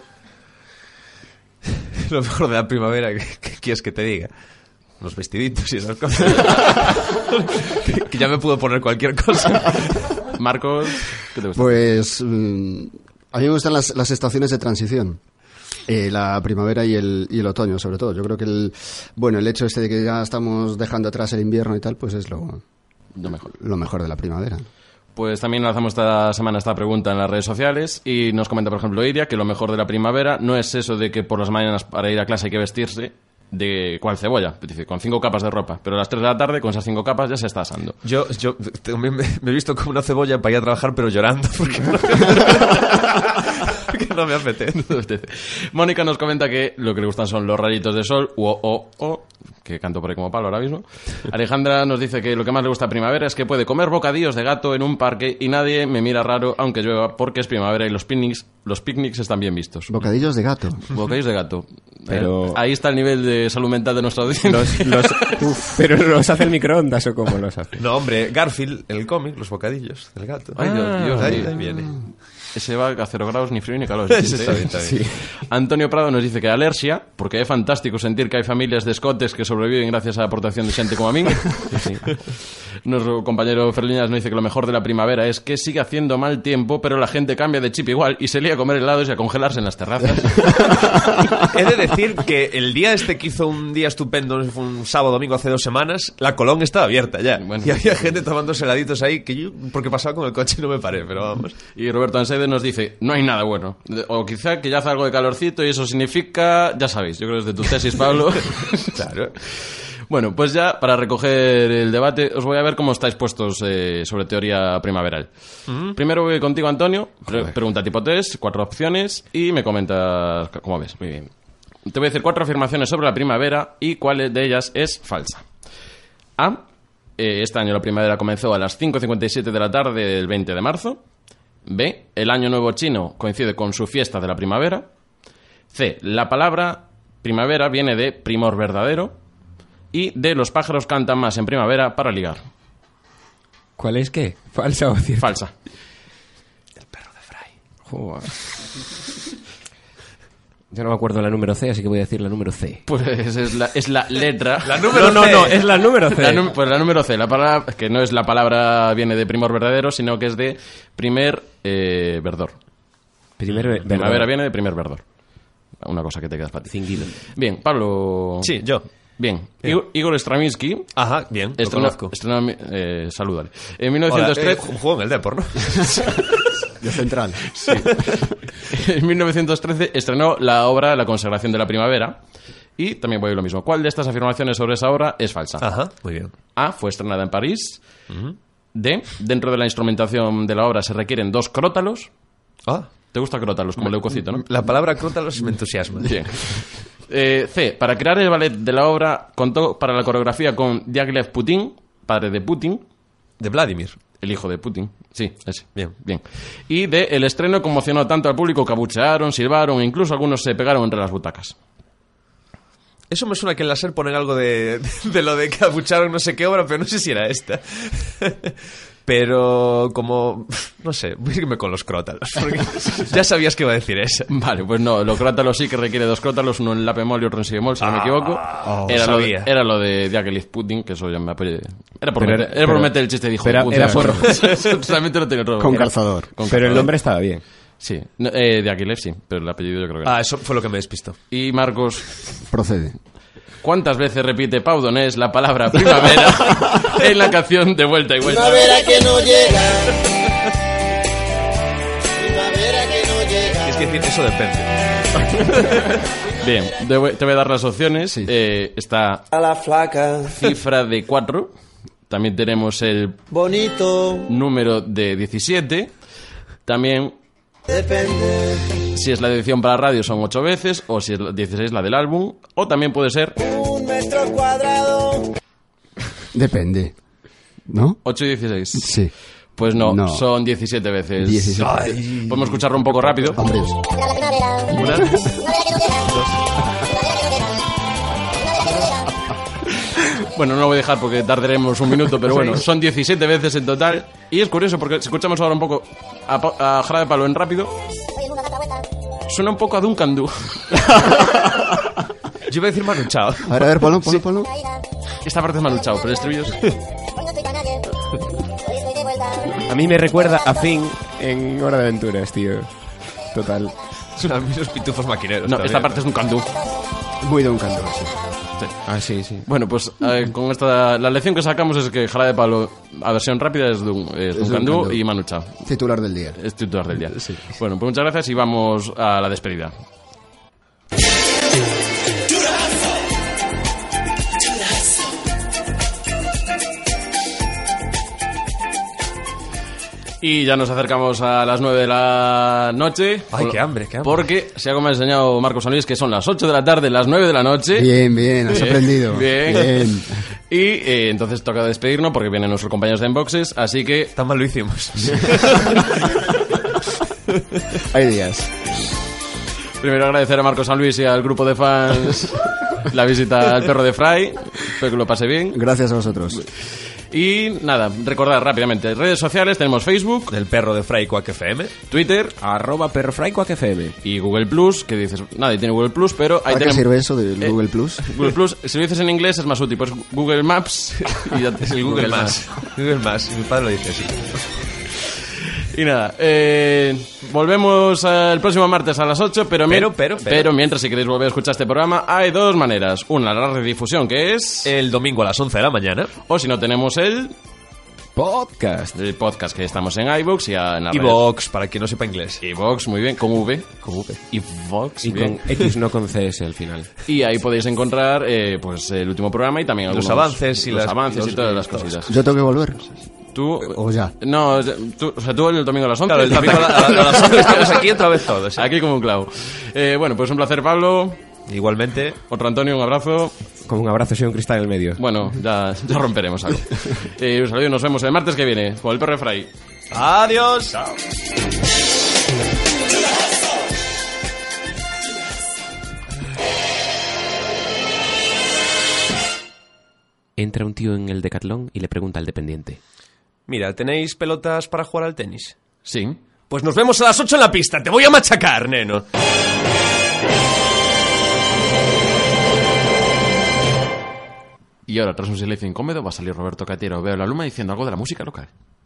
[SPEAKER 1] Lo mejor de la primavera, ¿qué, qué quieres que te diga? Los vestiditos y esas cosas. que, que ya me puedo poner cualquier cosa.
[SPEAKER 2] *laughs* Marcos, ¿qué te gusta?
[SPEAKER 11] Pues mm, a mí me gustan las, las estaciones de transición. Eh, la primavera y el, y el otoño, sobre todo. Yo creo que el, bueno, el hecho este de que ya estamos dejando atrás el invierno y tal, pues es lo,
[SPEAKER 2] Lo mejor.
[SPEAKER 11] lo mejor de la primavera.
[SPEAKER 2] Pues también lanzamos esta semana esta pregunta en las redes sociales y nos comenta, por ejemplo, Iria que lo mejor de la primavera no es eso de que por las mañanas para ir a clase hay que vestirse de cual cebolla, dice, con cinco capas de ropa, pero a las 3 de la tarde con esas cinco capas ya se está asando.
[SPEAKER 1] Yo, yo
[SPEAKER 18] *laughs*
[SPEAKER 1] también me, me he visto como una cebolla para ir a trabajar, pero llorando. Porque no, porque no no
[SPEAKER 2] *laughs*
[SPEAKER 1] me apetece.
[SPEAKER 2] Mónica nos comenta que lo que le gustan son los rayitos de sol, u o, o, o, que canto por ahí como palo ahora mismo. Alejandra nos dice que lo que más le gusta a primavera es que puede comer bocadillos de gato en un parque y nadie me mira raro aunque llueva porque es primavera y los picnics, los picnics están bien vistos.
[SPEAKER 11] Bocadillos de gato.
[SPEAKER 2] Bocadillos de gato.
[SPEAKER 4] Pero-
[SPEAKER 2] Eh, Ahí está el nivel de salud mental de nuestra audiencia.
[SPEAKER 4] Los- los-
[SPEAKER 18] *laughs*
[SPEAKER 4] Uf. pero los hace el microondas o cómo los hace.
[SPEAKER 1] No, hombre, Garfield, el cómic, los bocadillos del gato.
[SPEAKER 2] *laughs* Ay, Dios, Dios
[SPEAKER 1] ahí,
[SPEAKER 2] mío.
[SPEAKER 1] ahí viene.
[SPEAKER 2] Ese va a cero grados, ni frío ni calor.
[SPEAKER 1] Ah. *laughs* Ese está bien, está
[SPEAKER 2] Sí. Antonio Prado nos dice que alergia, porque es fantástico sentir que hay familias de escotes que sobreviven gracias a la aportación de gente como a mí. *laughs* Nuestro compañero Ferliñas nos dice que lo mejor de la primavera es que sigue haciendo mal tiempo, pero la gente cambia de chip igual y se lía a comer helados y a congelarse en las terrazas.
[SPEAKER 1] He de decir que el día este que hizo un día estupendo, no sé, fue un sábado domingo hace dos semanas, la Colón estaba abierta ya. y había gente tomándose heladitos ahí, que yo, porque pasaba con el coche, no me paré, pero vamos.
[SPEAKER 2] Y Roberto Ansede nos dice, no hay nada bueno. De- O quizá que ya hace algo de calorcito y eso significa, ya sabéis, yo creo que es de tu tesis, Pablo. claro. Bueno, pues ya para recoger el debate, os voy a ver cómo estáis puestos eh, sobre teoría primaveral. Primero voy contigo, Antonio. Pre- pregunta tipo test, cuatro opciones y me comentas c- cómo ves. Muy bien. Te voy a decir cuatro afirmaciones sobre la primavera y cuál de ellas es falsa. A. eh, este año la primavera comenzó a las 5.57 de la tarde del 20 de marzo. B. El año nuevo chino coincide con su fiesta de la primavera. C. La palabra primavera viene de primor verdadero. Y D. Los pájaros cantan más en primavera para ligar.
[SPEAKER 4] ¿Cuál es qué? ¿Falsa o cierta?
[SPEAKER 2] Falsa.
[SPEAKER 4] Joder. Yo no me acuerdo la número C, así que voy a decir la número C.
[SPEAKER 2] *laughs* Pues es la, es *laughs* la letra.
[SPEAKER 4] La número
[SPEAKER 2] no,
[SPEAKER 4] C.
[SPEAKER 2] no, no, es la número C.
[SPEAKER 4] La nu-
[SPEAKER 2] pues la número C, la palabra, que no es la palabra viene de primor verdadero, sino que es de primer eh, verdor.
[SPEAKER 4] Primer ve-
[SPEAKER 2] Primavera
[SPEAKER 4] verdor.
[SPEAKER 2] viene de primer verdor. Una cosa que te quedas para ti. Bien, Pablo.
[SPEAKER 1] Sí, yo.
[SPEAKER 2] Bien.
[SPEAKER 1] Bien.
[SPEAKER 2] Igor- Igor Stravinsky.
[SPEAKER 1] Ajá, bien. Lo
[SPEAKER 2] Estrenó,
[SPEAKER 1] conozco.
[SPEAKER 2] estrenó- eh, salúdale. En 1903. *laughs*
[SPEAKER 1] Hola, eh, jugó en el Depor, ¿no?
[SPEAKER 11] De central.
[SPEAKER 2] Sí. *laughs* en 1913 estrenó la obra La consagración de la primavera. Y también voy a ir lo mismo. ¿Cuál de estas afirmaciones sobre esa obra es falsa?
[SPEAKER 1] Ajá, muy bien.
[SPEAKER 2] A. Fue estrenada en París. D. Dentro de la instrumentación de la obra se requieren dos crótalos.
[SPEAKER 1] Ah.
[SPEAKER 2] ¿Te gusta crótalos? Como leucocito, ¿no?
[SPEAKER 1] La palabra crótalos me entusiasma.
[SPEAKER 2] Bien. Eh, C. Para crear el ballet de la obra contó para la coreografía con Diaghilev Putin, padre de Putin.
[SPEAKER 1] De Vladimir.
[SPEAKER 2] El hijo de Putin. Sí, ese.
[SPEAKER 1] Bien.
[SPEAKER 2] Bien. Y D. El estreno conmocionó tanto al público que abuchearon, silbaron e incluso algunos se pegaron entre las butacas.
[SPEAKER 1] Eso me suena que en la SER ponen algo de, de lo de que abucharon no sé qué obra, pero no sé si era esta. Pero como, no sé, voy a irme con los crótalos. porque ya sabías que iba a decir eso.
[SPEAKER 2] *laughs* Vale, pues no, los crótalos sí que requiere dos crótalos, uno en la bemol y otro en si bemol, si no me
[SPEAKER 1] Ah,
[SPEAKER 2] equivoco.
[SPEAKER 1] oh,
[SPEAKER 2] era, lo de,
[SPEAKER 1] sabía.
[SPEAKER 2] era lo de Diaghilev Putin, que eso ya me apoyé. Era por,
[SPEAKER 4] Pero
[SPEAKER 2] meter,
[SPEAKER 4] era-
[SPEAKER 2] era por
[SPEAKER 4] pero-
[SPEAKER 2] meter el chiste de hijo
[SPEAKER 4] pero
[SPEAKER 2] de puta.
[SPEAKER 4] era
[SPEAKER 2] *laughs*
[SPEAKER 4] por-
[SPEAKER 2] Realmente no tenía otro-
[SPEAKER 4] Con
[SPEAKER 2] era-
[SPEAKER 4] calzador.
[SPEAKER 2] con
[SPEAKER 4] Pero el
[SPEAKER 2] calzador.
[SPEAKER 4] nombre estaba bien.
[SPEAKER 2] Sí, no, eh, Diaghilev sí, pero el apellido yo creo que no.
[SPEAKER 1] Ah, eso fue lo que me despistó.
[SPEAKER 2] Y Marcos,
[SPEAKER 11] Procede.
[SPEAKER 2] ¿cuántas veces repite Pau Donés la palabra primavera
[SPEAKER 4] *laughs*
[SPEAKER 2] en la canción de vuelta y vuelta?
[SPEAKER 5] Primavera que no llega.
[SPEAKER 6] *laughs*
[SPEAKER 5] Primavera que no llega.
[SPEAKER 1] Es que decir, eso depende.
[SPEAKER 2] Bien, te voy te voy a dar las opciones. Eh, está
[SPEAKER 16] A la flaca.
[SPEAKER 2] cifra de 4. También tenemos el
[SPEAKER 16] Bonito.
[SPEAKER 2] número de 17. También,
[SPEAKER 16] Depende.
[SPEAKER 2] si es la edición para radio, son 8 veces. O si es la 16, la del álbum. O también puede ser
[SPEAKER 16] Un metro cuadrado.
[SPEAKER 11] Depende. ¿No?
[SPEAKER 2] 8 y 16.
[SPEAKER 11] Sí.
[SPEAKER 2] Pues no,
[SPEAKER 11] No.
[SPEAKER 2] son 17 veces.
[SPEAKER 11] 17.
[SPEAKER 2] Ay. Podemos escucharlo un poco rápido. Una. Bueno, no lo voy a dejar porque tardaremos un minuto, pero bueno, son 17 veces en total. Y es curioso porque si escuchamos ahora un poco a, Pa- a Jara de Palo en rápido, suena un poco a Duncan Du.
[SPEAKER 1] Yo iba a decir Manu Chao.
[SPEAKER 11] A ver, a ver, ponlo, ponlo, ponlo.
[SPEAKER 2] Esta parte es Manu Chao, pero el estribillo es-
[SPEAKER 4] A mí me recuerda a Finn en Hora de Aventuras, tío. Total.
[SPEAKER 1] Son a mí los pitufos maquineros.
[SPEAKER 2] No,
[SPEAKER 1] también.
[SPEAKER 2] esta parte es Duncan Du.
[SPEAKER 11] Muy de un canto, sí.
[SPEAKER 4] Ah, sí, sí.
[SPEAKER 2] Bueno, pues eh, con esta... La lección que sacamos es que Jara de Palo, a versión rápida, es, Dun- es Duncan
[SPEAKER 11] Duncan
[SPEAKER 2] Du
[SPEAKER 11] Du.
[SPEAKER 2] y Manu Chao.
[SPEAKER 11] Titular del día.
[SPEAKER 2] Es titular del día. Bueno, pues muchas gracias y vamos a la despedida. Y ya nos acercamos a las 9 de la noche.
[SPEAKER 1] Ay,
[SPEAKER 2] Por-
[SPEAKER 1] qué hambre, qué hambre.
[SPEAKER 2] Porque, se como me ha enseñado Marcos San Luis, que son las 8 de la tarde, las 9 de la noche.
[SPEAKER 11] Bien, bien, has aprendido.
[SPEAKER 2] Bien.
[SPEAKER 11] Bien.
[SPEAKER 2] *laughs* Y eh, entonces toca despedirnos porque vienen nuestros compañeros de Inboxes, así que...
[SPEAKER 1] Tan mal lo hicimos.
[SPEAKER 11] Hay días.
[SPEAKER 2] Primero agradecer a Marcos San Luis y al grupo de
[SPEAKER 11] *laughs*
[SPEAKER 2] fans la visita al perro de Fry. Espero que lo pase bien.
[SPEAKER 11] Gracias a vosotros.
[SPEAKER 2] Y nada, recordar rápidamente, redes sociales, tenemos Facebook.
[SPEAKER 1] El perro de Fry Quack FM.
[SPEAKER 2] Twitter. Arroba perro Fry Quack FM. Y Google Plus, que dices, nadie tiene Google Plus, pero ahí
[SPEAKER 11] ¿Para qué
[SPEAKER 2] tenemos...
[SPEAKER 11] sirve eso del
[SPEAKER 2] Eh,
[SPEAKER 11] Google Plus?
[SPEAKER 2] Google Plus, si lo dices en inglés es más útil, pues Google Maps *laughs* y ya
[SPEAKER 1] El Google Más. *laughs* Google Más. Mi padre lo dice así.
[SPEAKER 2] Y nada, eh, volvemos eh, el próximo martes a las 8, pero, mi-
[SPEAKER 1] Pero, pero, pero.
[SPEAKER 2] mientras si queréis volver a escuchar este programa, hay dos maneras. Una, la redifusión, que es...
[SPEAKER 1] El domingo a las 11 de la mañana.
[SPEAKER 2] O si no, tenemos el...
[SPEAKER 1] Podcast.
[SPEAKER 2] El podcast que estamos en iVoox y en la
[SPEAKER 1] Evox, para quien no sepa inglés.
[SPEAKER 2] Evox, muy bien, con V. Con V. Evox,
[SPEAKER 1] Y
[SPEAKER 2] bien.
[SPEAKER 1] con X,
[SPEAKER 2] no con CS al
[SPEAKER 1] *laughs*
[SPEAKER 2] final. Y ahí podéis encontrar eh, pues el último programa y también
[SPEAKER 1] Los
[SPEAKER 2] algunos-
[SPEAKER 1] avances y
[SPEAKER 2] los
[SPEAKER 1] las-
[SPEAKER 2] avances
[SPEAKER 1] los-
[SPEAKER 2] y todas
[SPEAKER 1] y
[SPEAKER 2] las
[SPEAKER 1] todas.
[SPEAKER 2] cositas.
[SPEAKER 11] Yo tengo que volver.
[SPEAKER 2] Tú...
[SPEAKER 11] O ya.
[SPEAKER 2] No, o sea, tú, o sea, tú el domingo a las 11.
[SPEAKER 1] Claro, el domingo a la- a la- a las 11
[SPEAKER 2] *laughs*
[SPEAKER 1] estamos aquí otra vez todos.
[SPEAKER 2] Aquí como un clavo. Eh, bueno, pues un placer, Pablo.
[SPEAKER 1] Igualmente.
[SPEAKER 2] Otro Antonio, un abrazo.
[SPEAKER 4] Con un abrazo soy un cristal en el medio.
[SPEAKER 2] Bueno, ya, ya romperemos *laughs* algo. Eh, un saludo y nos vemos el martes que viene con el perro de Fray.
[SPEAKER 1] Adiós.
[SPEAKER 18] Entra un tío en el decatlón y le pregunta al dependiente.
[SPEAKER 1] Mira, ¿tenéis pelotas para jugar al tenis?
[SPEAKER 2] Sí.
[SPEAKER 1] Pues nos vemos a las 8 en la pista. Te voy a machacar, neno.
[SPEAKER 2] Y ahora, tras un silencio incómodo, va a salir Roberto Catiero. Veo la luma diciendo algo de la música local.